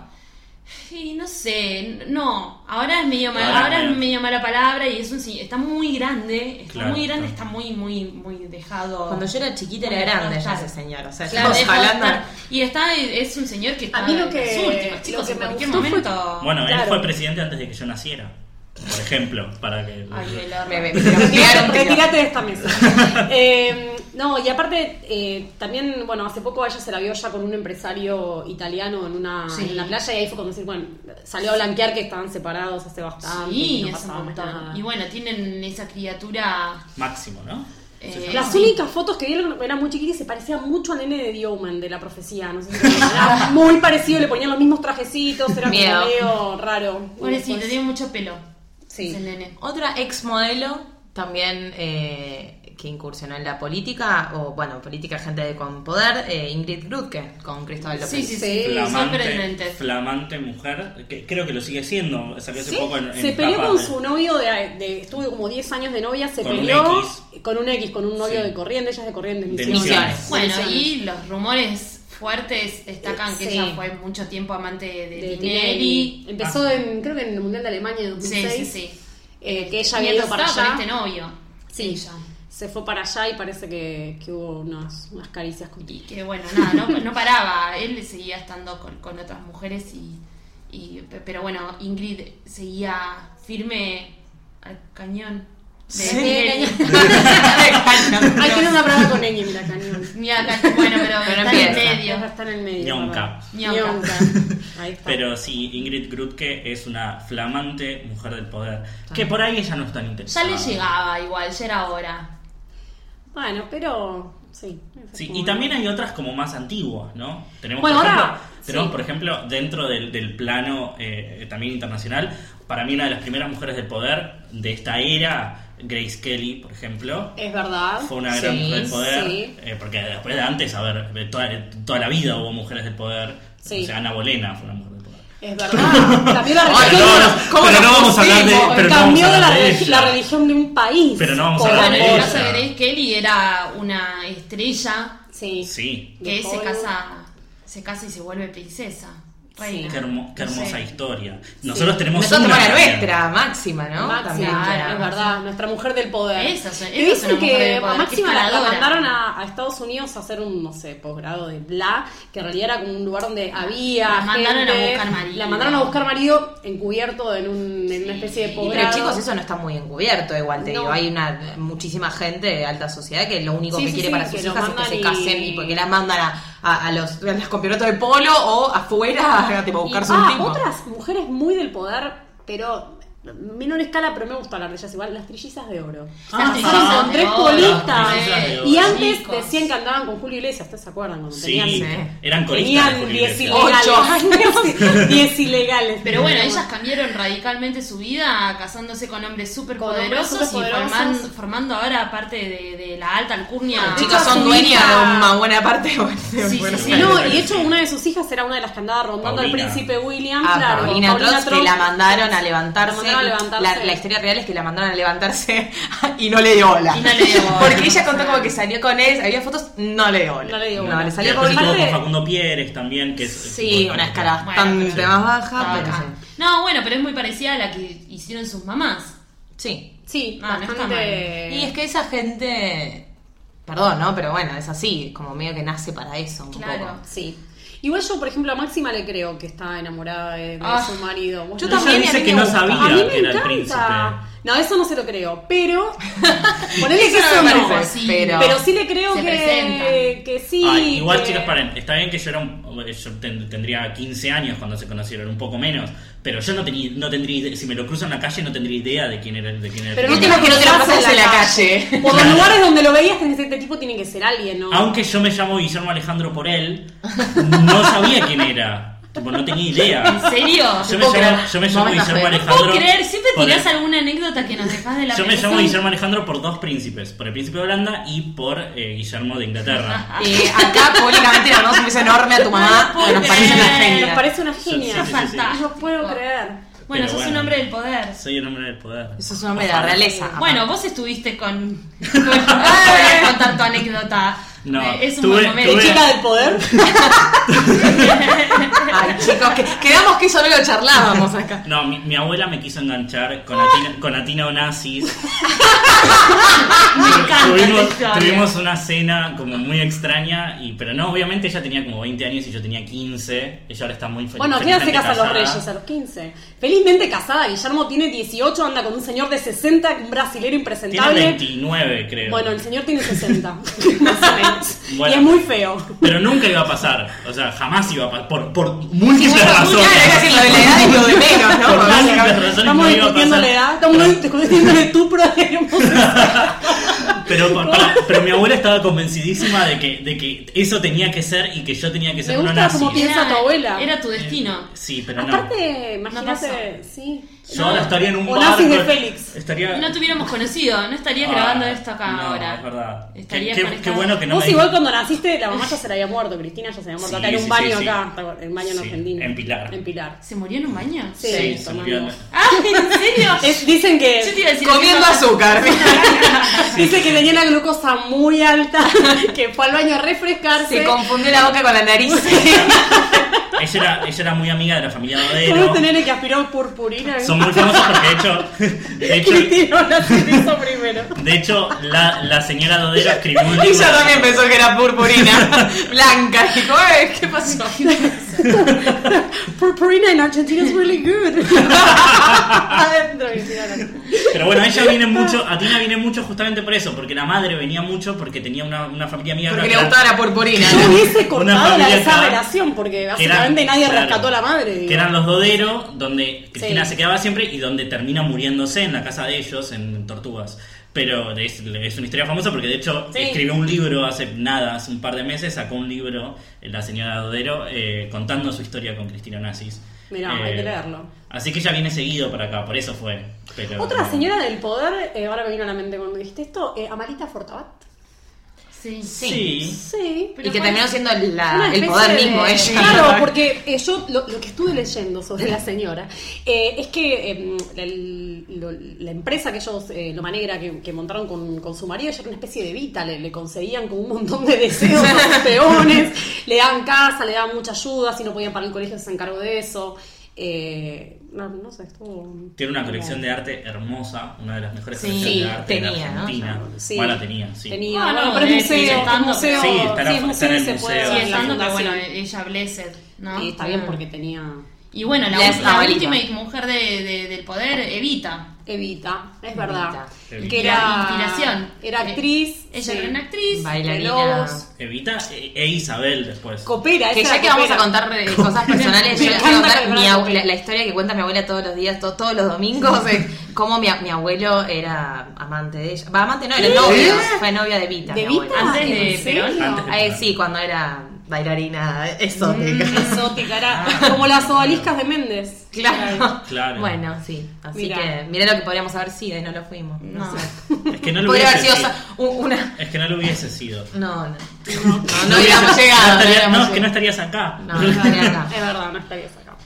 [SPEAKER 4] Sí, no sé, no. Ahora es medio mala,
[SPEAKER 6] Ahora es
[SPEAKER 4] ahora es
[SPEAKER 6] medio-
[SPEAKER 4] medio mala palabra y es un sí- está muy grande, está
[SPEAKER 6] Claro,
[SPEAKER 4] muy grande,
[SPEAKER 6] está.
[SPEAKER 4] está muy, muy, muy dejado.
[SPEAKER 5] Cuando yo era chiquita
[SPEAKER 4] Muy
[SPEAKER 5] era grande ya
[SPEAKER 4] dejado
[SPEAKER 5] ese
[SPEAKER 4] estar.
[SPEAKER 5] señor. O sea,
[SPEAKER 4] Claro,
[SPEAKER 5] estamos
[SPEAKER 4] dejado
[SPEAKER 5] hablando.
[SPEAKER 4] estar. Y está, es un señor que está
[SPEAKER 7] A mí lo
[SPEAKER 4] en
[SPEAKER 7] que-
[SPEAKER 4] los últimos, chicos,
[SPEAKER 7] lo que
[SPEAKER 4] en
[SPEAKER 7] me
[SPEAKER 4] cualquier
[SPEAKER 7] gustó fue-
[SPEAKER 4] momento.
[SPEAKER 6] Bueno,
[SPEAKER 7] Claro.
[SPEAKER 6] él fue presidente antes de que yo naciera. Por ejemplo, para que.
[SPEAKER 7] Ah,
[SPEAKER 4] Ay, el horror.
[SPEAKER 5] Me- me- me bloquearon,
[SPEAKER 7] Retírate,
[SPEAKER 5] tío.
[SPEAKER 7] retírate de esta mesa. Eh, no, y aparte, eh, también, bueno, hace poco a ella se la vio ya con un empresario italiano en una
[SPEAKER 4] Sí.
[SPEAKER 7] en la playa y ahí fue cuando decir, bueno, salió a blanquear que estaban separados hace bastante. y
[SPEAKER 4] Sí,
[SPEAKER 7] no
[SPEAKER 4] es un
[SPEAKER 7] pasaba más nada.
[SPEAKER 4] montón. Y bueno, tienen esa criatura.
[SPEAKER 6] Máximo, ¿no?
[SPEAKER 4] eh,
[SPEAKER 7] Las
[SPEAKER 4] sí.
[SPEAKER 7] únicas fotos que vieron era muy chiquita y se parecía mucho al nene de Dioman de la profecía. No sé si era muy parecido, le ponían los mismos trajecitos, era como
[SPEAKER 5] Miedo.
[SPEAKER 7] medio raro. Y
[SPEAKER 4] Pobrecito,
[SPEAKER 7] después-
[SPEAKER 4] tiene mucho pelo.
[SPEAKER 7] pues. Sí.
[SPEAKER 4] Ese nene.
[SPEAKER 5] Otra ex modelo también eh, que incursionó en la política, o bueno, política gente con poder, eh, Ingrid Grutke con Cristóbal López.
[SPEAKER 4] Sí, sí,
[SPEAKER 7] Sí.
[SPEAKER 4] sí.
[SPEAKER 6] Flamante,
[SPEAKER 4] Sorprendente.
[SPEAKER 6] flamante mujer, que creo que lo sigue siendo. Salió hace
[SPEAKER 7] Sí,
[SPEAKER 6] poco en, en
[SPEAKER 7] se peleó
[SPEAKER 6] Tapa
[SPEAKER 7] con
[SPEAKER 6] de-
[SPEAKER 7] su novio de, de- estuvo como 10 años de novia, se
[SPEAKER 6] Con un
[SPEAKER 7] peleó
[SPEAKER 6] X.
[SPEAKER 7] con un X, con un novio
[SPEAKER 6] Sí.
[SPEAKER 7] de corriente, ella es de corriente,
[SPEAKER 6] de
[SPEAKER 5] Misiones.
[SPEAKER 6] Misiones.
[SPEAKER 4] Bueno,
[SPEAKER 7] Misiones.
[SPEAKER 4] y los rumores fuertes destacan que
[SPEAKER 7] Eh, Sí.
[SPEAKER 4] ella fue mucho tiempo amante de, de
[SPEAKER 7] de Tinelli.
[SPEAKER 4] Tinelli.
[SPEAKER 7] Empezó
[SPEAKER 6] Ah.
[SPEAKER 7] en, creo que en el Mundial de Alemania en
[SPEAKER 4] Sí,
[SPEAKER 7] 2006.
[SPEAKER 4] sí, sí.
[SPEAKER 7] eh, que ella había
[SPEAKER 4] Mientras
[SPEAKER 7] ido para
[SPEAKER 4] estaba
[SPEAKER 7] allá.
[SPEAKER 4] con este novio.
[SPEAKER 7] Sí.
[SPEAKER 4] Ella.
[SPEAKER 7] Se fue para allá y parece que, que hubo unas, unas caricias con
[SPEAKER 4] Y que bueno, nada, no, no paraba. Él seguía estando con, con otras mujeres y, y- Pero bueno, Ingrid seguía firme al cañón. de
[SPEAKER 5] Sí.
[SPEAKER 4] Tinelli.
[SPEAKER 7] Hay que tener una palabra con ella, mira, cañón.
[SPEAKER 4] Mira, cañón, bueno, pero,
[SPEAKER 5] Pero
[SPEAKER 4] está en el
[SPEAKER 5] empieza.
[SPEAKER 4] medio.
[SPEAKER 7] Está en el medio.
[SPEAKER 6] Ñonca.
[SPEAKER 7] perdón.
[SPEAKER 4] Ñonca.
[SPEAKER 7] Ñonca. Ahí está.
[SPEAKER 6] Pero sí, Ingrid Grutke es una flamante mujer del poder. Que por ahí ella no es tan
[SPEAKER 4] Ya
[SPEAKER 6] interesada.
[SPEAKER 5] Ah.
[SPEAKER 4] le llegaba igual, ya era hora.
[SPEAKER 7] Bueno, pero sí. esa
[SPEAKER 6] Sí,
[SPEAKER 7] es
[SPEAKER 6] y
[SPEAKER 7] como-
[SPEAKER 6] también hay otras como más antiguas, ¿no? Tenemos,
[SPEAKER 7] Bueno,
[SPEAKER 6] por,
[SPEAKER 7] ahora,
[SPEAKER 6] ejemplo, tenemos
[SPEAKER 7] sí.
[SPEAKER 6] por ejemplo, dentro del, del plano eh, también internacional, para mí una de las primeras mujeres del poder de esta era, Grace Kelly, por ejemplo,
[SPEAKER 7] Es verdad.
[SPEAKER 6] fue una gran
[SPEAKER 5] Sí,
[SPEAKER 6] mujer del poder,
[SPEAKER 7] sí.
[SPEAKER 6] eh, porque después de antes, a ver, de toda, de toda la vida hubo mujeres del poder,
[SPEAKER 7] Sí.
[SPEAKER 6] o sea, Ana Bolena fue una mujer del poder.
[SPEAKER 7] Es verdad. Cambió la
[SPEAKER 6] Ay,
[SPEAKER 7] religión.
[SPEAKER 6] no,
[SPEAKER 7] de-
[SPEAKER 6] no,
[SPEAKER 5] ¿Cómo
[SPEAKER 6] pero
[SPEAKER 5] nos
[SPEAKER 6] no vamos a hablar de...
[SPEAKER 5] pusimos?
[SPEAKER 6] pero no
[SPEAKER 7] cambió
[SPEAKER 6] vamos a
[SPEAKER 7] la,
[SPEAKER 6] hablar de
[SPEAKER 7] relig- la
[SPEAKER 6] ella.
[SPEAKER 7] religión de un país.
[SPEAKER 6] Pero no vamos a
[SPEAKER 7] por
[SPEAKER 6] hablar
[SPEAKER 4] Bueno,
[SPEAKER 6] de
[SPEAKER 4] en el
[SPEAKER 7] amor.
[SPEAKER 6] ella.
[SPEAKER 4] caso de Grace Kelly era una estrella
[SPEAKER 7] Sí.
[SPEAKER 6] Sí.
[SPEAKER 7] De
[SPEAKER 4] Que se
[SPEAKER 7] Hollywood.
[SPEAKER 4] casa, se casa y se vuelve princesa. Reina.
[SPEAKER 6] Qué, hermo- qué hermosa
[SPEAKER 4] Sí.
[SPEAKER 6] historia. Nosotros tenemos
[SPEAKER 5] Nosotros
[SPEAKER 6] una
[SPEAKER 5] la
[SPEAKER 6] también.
[SPEAKER 5] nuestra, máxima, ¿no?
[SPEAKER 7] Máxima,
[SPEAKER 5] También,
[SPEAKER 7] es
[SPEAKER 5] claro.
[SPEAKER 7] verdad, nuestra mujer del poder.
[SPEAKER 4] Esa es-
[SPEAKER 7] ¿Te
[SPEAKER 4] esa es
[SPEAKER 7] dicen
[SPEAKER 4] una mujer
[SPEAKER 7] que
[SPEAKER 4] del poder,
[SPEAKER 7] a
[SPEAKER 4] qué
[SPEAKER 7] Máxima la, la
[SPEAKER 4] exploradora.
[SPEAKER 7] mandaron a, a Estados Unidos a hacer un, no sé, posgrado de bla, que en realidad era como un lugar donde había.
[SPEAKER 4] La mandaron a
[SPEAKER 7] gente.
[SPEAKER 4] buscar marido.
[SPEAKER 7] La mandaron a buscar marido encubierto en, un- en una especie de
[SPEAKER 5] Y,
[SPEAKER 7] posgrado.
[SPEAKER 5] pero chicos, eso no está muy encubierto, igual te
[SPEAKER 7] No.
[SPEAKER 5] digo. Hay una muchísima gente de alta sociedad que lo único
[SPEAKER 7] Sí,
[SPEAKER 5] que
[SPEAKER 7] sí,
[SPEAKER 5] quiere
[SPEAKER 7] sí,
[SPEAKER 5] para
[SPEAKER 7] que
[SPEAKER 5] sus
[SPEAKER 7] lo
[SPEAKER 5] hijas es que
[SPEAKER 7] mandan
[SPEAKER 5] se
[SPEAKER 7] y-
[SPEAKER 5] casen y porque las mandan a, a, a los, a los campeonatos de polo o afuera a tipo, a buscarse
[SPEAKER 7] Y-
[SPEAKER 5] un
[SPEAKER 7] ah,
[SPEAKER 5] tipo.
[SPEAKER 7] otras mujeres muy del poder, pero menor escala, pero me gusta hablar de ellas igual, las trillizas de oro.
[SPEAKER 6] Ah,
[SPEAKER 7] Las
[SPEAKER 6] sí,
[SPEAKER 7] pasaron con tres
[SPEAKER 4] de oro,
[SPEAKER 7] politas. eh.
[SPEAKER 6] las trillizas de oro.
[SPEAKER 7] Y antes
[SPEAKER 4] Chicos.
[SPEAKER 7] decían que andaban con Julio Iglesias, ¿ustedes se acuerdan? Cuando
[SPEAKER 6] Sí,
[SPEAKER 7] tenían,
[SPEAKER 6] eran coristas de
[SPEAKER 7] tenían
[SPEAKER 6] Julio
[SPEAKER 7] 10
[SPEAKER 6] Iglesias.
[SPEAKER 7] ilegales.
[SPEAKER 5] Ocho años.
[SPEAKER 7] 10 ilegales.
[SPEAKER 4] Pero bueno, ellas cambiaron radicalmente su vida casándose con hombres súper
[SPEAKER 7] Con hombres
[SPEAKER 4] poderosos y
[SPEAKER 7] superpoderosos.
[SPEAKER 4] forman- formando ahora parte de, de la alta alcurnia.
[SPEAKER 5] Los chicos son
[SPEAKER 7] su
[SPEAKER 5] dueñas
[SPEAKER 7] hija-
[SPEAKER 5] de una buena parte. bueno,
[SPEAKER 4] sí,
[SPEAKER 5] bueno,
[SPEAKER 4] sí.
[SPEAKER 7] Sí, no, y de hecho una de sus hijas era una de las que andaba rondando al
[SPEAKER 6] Paulina.
[SPEAKER 7] príncipe William,
[SPEAKER 5] A
[SPEAKER 7] claro,
[SPEAKER 5] Ah, Paulina, Trotz, que la mandaron a levantarse.
[SPEAKER 7] La mandaron a levantarse.
[SPEAKER 5] La, la historia real es que la mandaron a levantarse y no le dio bola.
[SPEAKER 4] Y no le dio bola.
[SPEAKER 5] Porque ella contó como que salió con él, había fotos, no le dio bola.
[SPEAKER 7] No le dio bola.
[SPEAKER 5] le
[SPEAKER 6] Y
[SPEAKER 5] salió
[SPEAKER 6] después
[SPEAKER 5] con
[SPEAKER 6] estuvo con
[SPEAKER 5] parte.
[SPEAKER 6] Facundo Pieres también, que es...
[SPEAKER 5] Sí, una escala
[SPEAKER 4] Bueno,
[SPEAKER 5] bastante
[SPEAKER 4] pero-
[SPEAKER 5] más baja,
[SPEAKER 7] Ah,
[SPEAKER 4] Estaba
[SPEAKER 5] pero
[SPEAKER 4] acá.
[SPEAKER 5] sí.
[SPEAKER 4] No, bueno, pero es muy parecida a la que hicieron sus mamás.
[SPEAKER 5] Sí.
[SPEAKER 7] Sí,
[SPEAKER 4] Ah, no está
[SPEAKER 7] bastante...
[SPEAKER 5] Y es que esa gente. Perdón, ¿no? Pero bueno, es así, como medio que nace para eso un
[SPEAKER 4] Claro.
[SPEAKER 5] poco.
[SPEAKER 7] Sí. Igual yo, por ejemplo, a Máxima le creo que está enamorada de, de
[SPEAKER 4] Ah,
[SPEAKER 7] su marido. ¿Vos
[SPEAKER 5] yo
[SPEAKER 7] no?
[SPEAKER 6] Ella
[SPEAKER 5] también, y a
[SPEAKER 6] dice
[SPEAKER 5] mí
[SPEAKER 6] que
[SPEAKER 5] me
[SPEAKER 6] no
[SPEAKER 5] gusta.
[SPEAKER 6] sabía
[SPEAKER 7] A mí
[SPEAKER 6] que
[SPEAKER 7] me
[SPEAKER 6] era el príncipe.
[SPEAKER 7] encanta. No, eso no se lo creo, pero ponele que
[SPEAKER 5] Eso
[SPEAKER 7] eso
[SPEAKER 5] no me
[SPEAKER 7] no.
[SPEAKER 5] parece,
[SPEAKER 4] Sí,
[SPEAKER 5] pero-
[SPEAKER 7] Pero sí le creo
[SPEAKER 4] Se
[SPEAKER 7] que,
[SPEAKER 4] presentan.
[SPEAKER 7] que sí.
[SPEAKER 6] Ay, igual,
[SPEAKER 7] que-
[SPEAKER 6] chicos, paren. Está bien que yo era un- yo ten- tendría 15 años cuando se conocieron, un poco menos. Pero yo no, tenía, no tendría ide- Si me lo cruzo en la calle, no tendría idea de quién era, de quién era
[SPEAKER 7] Pero
[SPEAKER 6] el
[SPEAKER 5] no te
[SPEAKER 6] príncipe.
[SPEAKER 5] lo quiero- te lo
[SPEAKER 7] cruzás
[SPEAKER 5] cruzás en la calle.
[SPEAKER 7] Por los
[SPEAKER 6] Claro.
[SPEAKER 7] lugares donde lo veías, tenés este tipo tiene que ser alguien, ¿no?
[SPEAKER 6] Aunque yo me llamo Guillermo Alejandro por él, no sabía quién era. Tipo, no tenía idea.
[SPEAKER 4] ¿En serio?
[SPEAKER 6] Yo me
[SPEAKER 5] puedo
[SPEAKER 6] llamo,
[SPEAKER 5] creer.
[SPEAKER 6] yo me llamo
[SPEAKER 5] Momento
[SPEAKER 6] Guillermo
[SPEAKER 5] feo.
[SPEAKER 4] No puedo
[SPEAKER 6] Alejandro.
[SPEAKER 4] creer, siempre
[SPEAKER 6] por
[SPEAKER 4] tirás
[SPEAKER 6] el-
[SPEAKER 4] alguna anécdota que nos dejás de la
[SPEAKER 6] Yo me llamo
[SPEAKER 4] relación.
[SPEAKER 6] Guillermo Alejandro por dos príncipes, por el príncipe de Holanda y por eh, Guillermo de Inglaterra.
[SPEAKER 5] Eh, acá públicamente le mandamos un beso enorme a tu mamá.
[SPEAKER 4] No lo puedo
[SPEAKER 5] Bueno, parece una
[SPEAKER 4] creer.
[SPEAKER 5] genia.
[SPEAKER 7] Nos parece una
[SPEAKER 6] Sí,
[SPEAKER 7] genia.
[SPEAKER 6] sí, sí, sí.
[SPEAKER 7] No lo puedo creer.
[SPEAKER 4] Bueno,
[SPEAKER 6] Pero
[SPEAKER 4] sos un
[SPEAKER 6] bueno.
[SPEAKER 4] hombre del poder.
[SPEAKER 6] Soy el hombre del poder.
[SPEAKER 5] Eso es un hombre de la realeza.
[SPEAKER 4] Bueno, vos estuviste con. con- no voy a contar tu anécdota.
[SPEAKER 6] No,
[SPEAKER 4] Eh, es un
[SPEAKER 6] tuve-
[SPEAKER 4] buen momento.
[SPEAKER 6] tuve-
[SPEAKER 7] Chica del poder.
[SPEAKER 5] Ay, chicos, que, quedamos que eso no lo charlábamos acá.
[SPEAKER 6] No, mi, mi abuela me quiso enganchar con Atina, con Atina Onassis.
[SPEAKER 4] Me encanta esta
[SPEAKER 6] tuvimos,
[SPEAKER 4] historia.
[SPEAKER 6] tuvimos una cena como muy extraña, y, pero no, obviamente ella tenía como 20 años y yo tenía 15. Ella ahora está muy feliz.
[SPEAKER 7] Bueno, ¿qué edad se
[SPEAKER 6] felizmente
[SPEAKER 7] casan los
[SPEAKER 6] casada.
[SPEAKER 7] reyes? A los 15. Felizmente casada, Guillermo tiene 18, anda con un señor de 60, un brasilero
[SPEAKER 6] Tiene
[SPEAKER 7] impresentable.
[SPEAKER 6] 29, creo.
[SPEAKER 7] Bueno, el señor tiene 60, más o menos.
[SPEAKER 6] Bueno.
[SPEAKER 7] Y es muy feo.
[SPEAKER 6] Pero nunca iba a pasar. O sea, jamás iba a pasar. Por, por múltiples
[SPEAKER 5] Claro,
[SPEAKER 6] razones.
[SPEAKER 5] es decir, lo de la edad es lo de menos, ¿no?
[SPEAKER 6] Por múltiples
[SPEAKER 5] Básicamente.
[SPEAKER 6] razones
[SPEAKER 7] Estamos
[SPEAKER 6] no iba a
[SPEAKER 7] discutiendo
[SPEAKER 6] pasar.
[SPEAKER 7] la edad, estamos discutiendo el estupro de hermosos.
[SPEAKER 6] Pero, pa- pa- pero mi abuela estaba convencidísima de que, de que eso tenía que ser y que yo tenía que ser
[SPEAKER 7] Me
[SPEAKER 6] una
[SPEAKER 7] gusta como
[SPEAKER 6] nazi.
[SPEAKER 7] piensa tu abuela.
[SPEAKER 4] Era tu destino.
[SPEAKER 6] Eh, Sí, pero no.
[SPEAKER 7] Aparte, imagínate,
[SPEAKER 4] pasó.
[SPEAKER 7] sí.
[SPEAKER 6] Yo ahora estaría en un
[SPEAKER 7] O
[SPEAKER 6] barco.
[SPEAKER 7] nazis de Félix.
[SPEAKER 6] Estaría...
[SPEAKER 4] No te hubiéramos conocido, no estarías
[SPEAKER 6] Ah,
[SPEAKER 4] grabando esto acá
[SPEAKER 6] no,
[SPEAKER 4] ahora.
[SPEAKER 6] es verdad. Qué-
[SPEAKER 4] Estarías
[SPEAKER 6] qué, qué
[SPEAKER 4] conectado.
[SPEAKER 6] bueno que no
[SPEAKER 7] Vos
[SPEAKER 6] me...
[SPEAKER 7] igual cuando naciste, la mamá ya se la había muerto, Cristina ya se había muerto.
[SPEAKER 6] Sí,
[SPEAKER 7] acá en un
[SPEAKER 6] sí,
[SPEAKER 7] baño
[SPEAKER 6] sí,
[SPEAKER 7] acá,
[SPEAKER 6] sí.
[SPEAKER 7] el baño en
[SPEAKER 6] Sí,
[SPEAKER 7] Argentina.
[SPEAKER 6] en Pilar.
[SPEAKER 7] En Pilar.
[SPEAKER 4] ¿Se murió en un baño?
[SPEAKER 7] Sí,
[SPEAKER 6] Sí, se
[SPEAKER 7] tomando.
[SPEAKER 6] murió en-
[SPEAKER 4] ¡Ah, en serio!
[SPEAKER 7] Es- dicen que...
[SPEAKER 4] Yo te iba a decir-
[SPEAKER 5] Comiendo azúcar.
[SPEAKER 7] Dice que tenía la glucosa muy alta, que fue al baño a refrescarse.
[SPEAKER 5] Se confundió la boca con la nariz.
[SPEAKER 6] ella, era, ella era muy amiga de la familia
[SPEAKER 7] ¿Cómo
[SPEAKER 6] Dodero.
[SPEAKER 7] este nene que aspiró purpurina?
[SPEAKER 6] Son muy famosos porque de hecho... De hecho,
[SPEAKER 7] Cristina la se hizo primero.
[SPEAKER 6] de hecho la, la señora Dodero escribió un libro...
[SPEAKER 5] Ella también pensó que era purpurina. Blanca. Dijo, "Eh, ¿qué pasó?
[SPEAKER 7] Purpurina en Argentina es really good. Adentro, Cristina. la-
[SPEAKER 6] Pero bueno, ella viene mucho... Atina viene mucho justamente por eso. Porque la madre venía mucho porque tenía una, una familia amiga...
[SPEAKER 5] Porque
[SPEAKER 6] que
[SPEAKER 5] le
[SPEAKER 6] era-
[SPEAKER 5] gustaba la purpurina.
[SPEAKER 7] Yo hubiese
[SPEAKER 6] Una
[SPEAKER 7] cortado la,
[SPEAKER 6] familia
[SPEAKER 7] esa
[SPEAKER 6] acá,
[SPEAKER 7] relación porque
[SPEAKER 6] que eran-
[SPEAKER 7] básicamente nadie
[SPEAKER 6] claro,
[SPEAKER 7] rescató a la madre. digo.
[SPEAKER 6] Que eran los Doderos, donde Cristina
[SPEAKER 7] Sí.
[SPEAKER 6] se quedaba siempre y donde termina muriéndose en la casa de ellos, en Tortugas. Pero es, es una historia famosa porque de hecho
[SPEAKER 7] Sí.
[SPEAKER 6] escribió un libro hace nada, hace un par de meses, sacó un libro, eh, la señora Dodero, eh, contando su historia con Cristina Nazis.
[SPEAKER 7] Mirá, hay que leerlo.
[SPEAKER 6] Así que ella viene seguido para acá, por eso fue. Pero,
[SPEAKER 7] Otra señora del poder, eh, ahora me vino a la mente cuando dijiste esto, eh, Amalita Fortabat.
[SPEAKER 4] Sí.
[SPEAKER 6] Sí.
[SPEAKER 7] Sí.
[SPEAKER 4] Pero
[SPEAKER 5] y que
[SPEAKER 4] bueno,
[SPEAKER 5] terminó siendo la-
[SPEAKER 7] Una
[SPEAKER 5] Ah, el
[SPEAKER 7] especie
[SPEAKER 5] poder
[SPEAKER 7] de-
[SPEAKER 5] mismo ella.
[SPEAKER 7] Claro, porque eh, yo lo, lo que estuve leyendo sobre la señora eh, es que eh, el- lo- la empresa que ellos, eh, Loma Negra, que, que montaron con, con su marido, ella era una especie de vita, le, le conseguían con un montón de deseos a los peones, le daban casa, le daban mucha ayuda, si no podían pagar el colegio se encargó de eso. Eh, no, no sé, estuvo...
[SPEAKER 6] Tiene una colección de arte hermosa, una de las mejores
[SPEAKER 5] Sí,
[SPEAKER 6] colecciones de arte
[SPEAKER 5] tenía,
[SPEAKER 6] en
[SPEAKER 5] ¿no?
[SPEAKER 6] Argentina.
[SPEAKER 7] Sí.
[SPEAKER 6] Bueno, la tenía, sí.
[SPEAKER 7] Tenía,
[SPEAKER 4] Ah,
[SPEAKER 7] bueno,
[SPEAKER 4] no,
[SPEAKER 7] pero es
[SPEAKER 4] sí,
[SPEAKER 7] museo,
[SPEAKER 4] sí,
[SPEAKER 7] es
[SPEAKER 4] estando,
[SPEAKER 7] museo,
[SPEAKER 6] pero- Sí, está en la-
[SPEAKER 7] es
[SPEAKER 6] está
[SPEAKER 7] museo
[SPEAKER 6] en
[SPEAKER 7] y
[SPEAKER 6] el
[SPEAKER 7] se puede
[SPEAKER 6] museo.
[SPEAKER 7] ver
[SPEAKER 4] Sí,
[SPEAKER 7] la
[SPEAKER 4] estando que bueno, eh,
[SPEAKER 7] fundación.
[SPEAKER 4] ella Blessed, ¿no?
[SPEAKER 7] Y está bien
[SPEAKER 4] Mm.
[SPEAKER 7] porque tenía...
[SPEAKER 4] Y bueno, la,
[SPEAKER 5] Blessed,
[SPEAKER 4] la
[SPEAKER 5] ah, Evita.
[SPEAKER 4] última mujer de- de- del poder, Evita.
[SPEAKER 7] Evita, es verdad.
[SPEAKER 6] Evita.
[SPEAKER 7] Que era
[SPEAKER 4] Inspiración.
[SPEAKER 7] Era
[SPEAKER 4] Eh,
[SPEAKER 7] actriz.
[SPEAKER 4] Ella
[SPEAKER 7] sí.
[SPEAKER 4] era una actriz.
[SPEAKER 5] Bailarina.
[SPEAKER 7] Veloz.
[SPEAKER 6] Evita e, e Isabel después.
[SPEAKER 7] Copera,
[SPEAKER 5] Que
[SPEAKER 7] esa
[SPEAKER 5] ya que
[SPEAKER 7] era
[SPEAKER 5] vamos a
[SPEAKER 7] copera.
[SPEAKER 5] contar eh, cosas personales,
[SPEAKER 7] Me
[SPEAKER 5] yo les voy a
[SPEAKER 7] encanta
[SPEAKER 5] contar
[SPEAKER 7] que
[SPEAKER 5] mi
[SPEAKER 7] me
[SPEAKER 5] abue-
[SPEAKER 7] cuentes.
[SPEAKER 5] la, la historia que cuenta mi abuela todos los días, to- todos los domingos, es cómo mi, a- mi abuelo era amante de ella. Va, amante no, era novio, fue novia de Vita.
[SPEAKER 7] ¿Eh? ¿De
[SPEAKER 5] mi
[SPEAKER 7] Vita?
[SPEAKER 5] abuela.
[SPEAKER 4] Antes de
[SPEAKER 7] ¿En
[SPEAKER 4] Perón.
[SPEAKER 7] serio?
[SPEAKER 6] Antes de-
[SPEAKER 5] Eh, sí, cuando era bailarina eh, exótica.
[SPEAKER 7] Mm, Exótica, era como las odaliscas de Méndez.
[SPEAKER 5] Claro.
[SPEAKER 6] Claro.
[SPEAKER 5] Bueno, sí. Así
[SPEAKER 7] Mirá.
[SPEAKER 5] que mirá lo que podríamos haber sido y no lo fuimos. No. sé.
[SPEAKER 6] Es que no lo
[SPEAKER 5] Podría
[SPEAKER 6] hubiese
[SPEAKER 5] haber sido
[SPEAKER 6] sido.
[SPEAKER 5] sa- un- una.
[SPEAKER 6] Es que no lo hubiese sido.
[SPEAKER 5] No, no. No, no
[SPEAKER 6] hubiese-
[SPEAKER 5] hubiéramos
[SPEAKER 6] no
[SPEAKER 5] llegado.
[SPEAKER 6] estaría-
[SPEAKER 5] hubiéramos
[SPEAKER 6] no, es que
[SPEAKER 5] llegado.
[SPEAKER 6] no estarías acá.
[SPEAKER 5] No, no estaría acá.
[SPEAKER 7] Es verdad, no estaría sacado.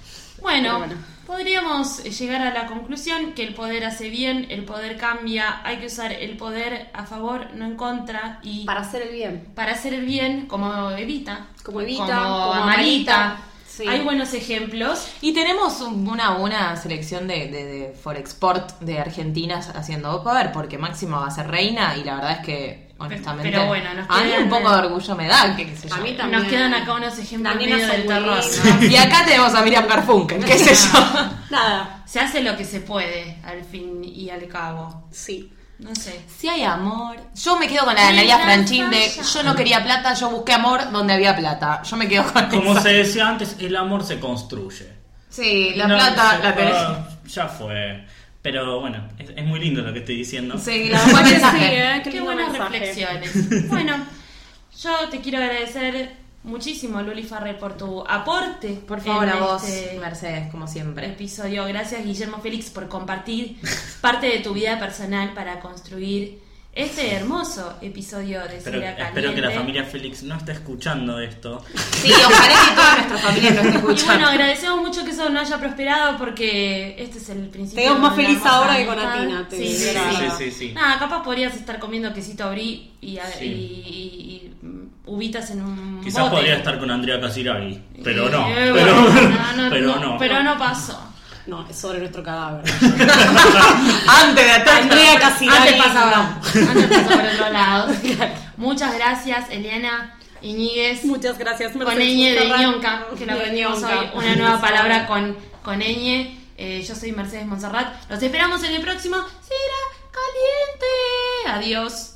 [SPEAKER 4] Bueno,
[SPEAKER 7] Pero bueno.
[SPEAKER 4] podríamos eh, llegar a la conclusión que el poder hace bien, el poder cambia, hay que usar el poder a favor, no en contra y
[SPEAKER 7] Para hacer el bien.
[SPEAKER 4] para hacer el bien, como Evita,
[SPEAKER 7] Como Evita,
[SPEAKER 4] como,
[SPEAKER 7] como
[SPEAKER 4] Amarita.
[SPEAKER 7] Amarita. Sí.
[SPEAKER 4] Hay buenos ejemplos.
[SPEAKER 5] Y tenemos un- una, una selección de, de, de Forexport de argentinas haciendo poder, porque Máxima va a ser reina y la verdad es que, honestamente,
[SPEAKER 4] Pero bueno, nos
[SPEAKER 5] a mí
[SPEAKER 4] quedan-
[SPEAKER 5] un poco de orgullo me da, que qué sé yo.
[SPEAKER 7] A mí también.
[SPEAKER 4] Nos quedan acá unos ejemplos
[SPEAKER 7] La nena
[SPEAKER 4] medio del
[SPEAKER 7] Sabuelita.
[SPEAKER 4] terror,
[SPEAKER 5] Y acá tenemos a Miriam Garfunkel, qué sé yo.
[SPEAKER 7] Nada.
[SPEAKER 4] Se hace lo que se puede, al fin y al cabo.
[SPEAKER 7] Sí.
[SPEAKER 4] No sé.
[SPEAKER 5] Si hay amor. Yo me quedo con la de Analia Franchín de yo no quería plata, yo busqué amor donde había plata. Yo me quedo con
[SPEAKER 6] Como
[SPEAKER 5] esa.
[SPEAKER 6] se decía antes, el amor se construye.
[SPEAKER 5] Sí, la
[SPEAKER 6] No,
[SPEAKER 5] plata
[SPEAKER 6] se-
[SPEAKER 5] la tenés.
[SPEAKER 6] ah, Ya fue. Pero bueno, es, es muy lindo lo que estoy diciendo.
[SPEAKER 5] Sí, la buen
[SPEAKER 7] Sí,
[SPEAKER 5] mensaje.
[SPEAKER 7] ¿eh?
[SPEAKER 4] Qué,
[SPEAKER 7] lindo
[SPEAKER 4] buenas
[SPEAKER 7] mensaje.
[SPEAKER 4] reflexiones. Bueno, yo te quiero agradecer muchísimo, Luli Farrell, por tu aporte.
[SPEAKER 5] Por favor,
[SPEAKER 4] en
[SPEAKER 5] a vos,
[SPEAKER 4] este
[SPEAKER 5] Mercedes, como siempre.
[SPEAKER 4] episodio. Gracias, Guillermo Félix, por compartir parte de tu vida personal para construir este hermoso episodio de
[SPEAKER 6] Espero,
[SPEAKER 4] Cera Caliente.
[SPEAKER 6] espero que la familia Félix no esté escuchando esto.
[SPEAKER 5] Sí, ojalá que toda nuestra familia nos esté
[SPEAKER 4] Y bueno,
[SPEAKER 5] escuchando.
[SPEAKER 4] agradecemos mucho que eso no haya prosperado porque este es el principio.
[SPEAKER 7] Te veo
[SPEAKER 4] de
[SPEAKER 7] más
[SPEAKER 4] una
[SPEAKER 7] feliz
[SPEAKER 4] hermosa
[SPEAKER 7] ahora que con
[SPEAKER 4] amistad.
[SPEAKER 7] Atina, te
[SPEAKER 4] Sí, sí,
[SPEAKER 7] digo la
[SPEAKER 4] sí.
[SPEAKER 7] verdad.
[SPEAKER 6] sí, sí.
[SPEAKER 4] Nada, capaz podrías estar comiendo quesito abrí y, a-
[SPEAKER 6] Sí.
[SPEAKER 4] y, y- y, mm, uvitas en un
[SPEAKER 6] Quizás
[SPEAKER 4] bote.
[SPEAKER 6] podría estar con Andrea Casiraghi, pero
[SPEAKER 4] Y,
[SPEAKER 6] no.
[SPEAKER 4] eh,
[SPEAKER 6] pero,
[SPEAKER 4] bueno, no, no,
[SPEAKER 6] pero
[SPEAKER 4] no,
[SPEAKER 6] no.
[SPEAKER 4] pero no pasó.
[SPEAKER 7] No, es sobre nuestro cadáver.
[SPEAKER 5] Antes de atrás.
[SPEAKER 7] Andrea Casiraghi.
[SPEAKER 4] Antes pasaba. Antes pasó por otro lado. Muchas gracias, Eliana Iñiguez.
[SPEAKER 7] Muchas gracias,
[SPEAKER 4] con ñ de
[SPEAKER 7] Monserrat.
[SPEAKER 4] ñonca, que lo
[SPEAKER 7] De
[SPEAKER 4] aprendimos hoy,
[SPEAKER 7] ñonca.
[SPEAKER 4] una nueva palabra con, con ñ. Eh, yo soy Mercedes Monserrat. Los esperamos en el próximo Cera Caliente. Adiós.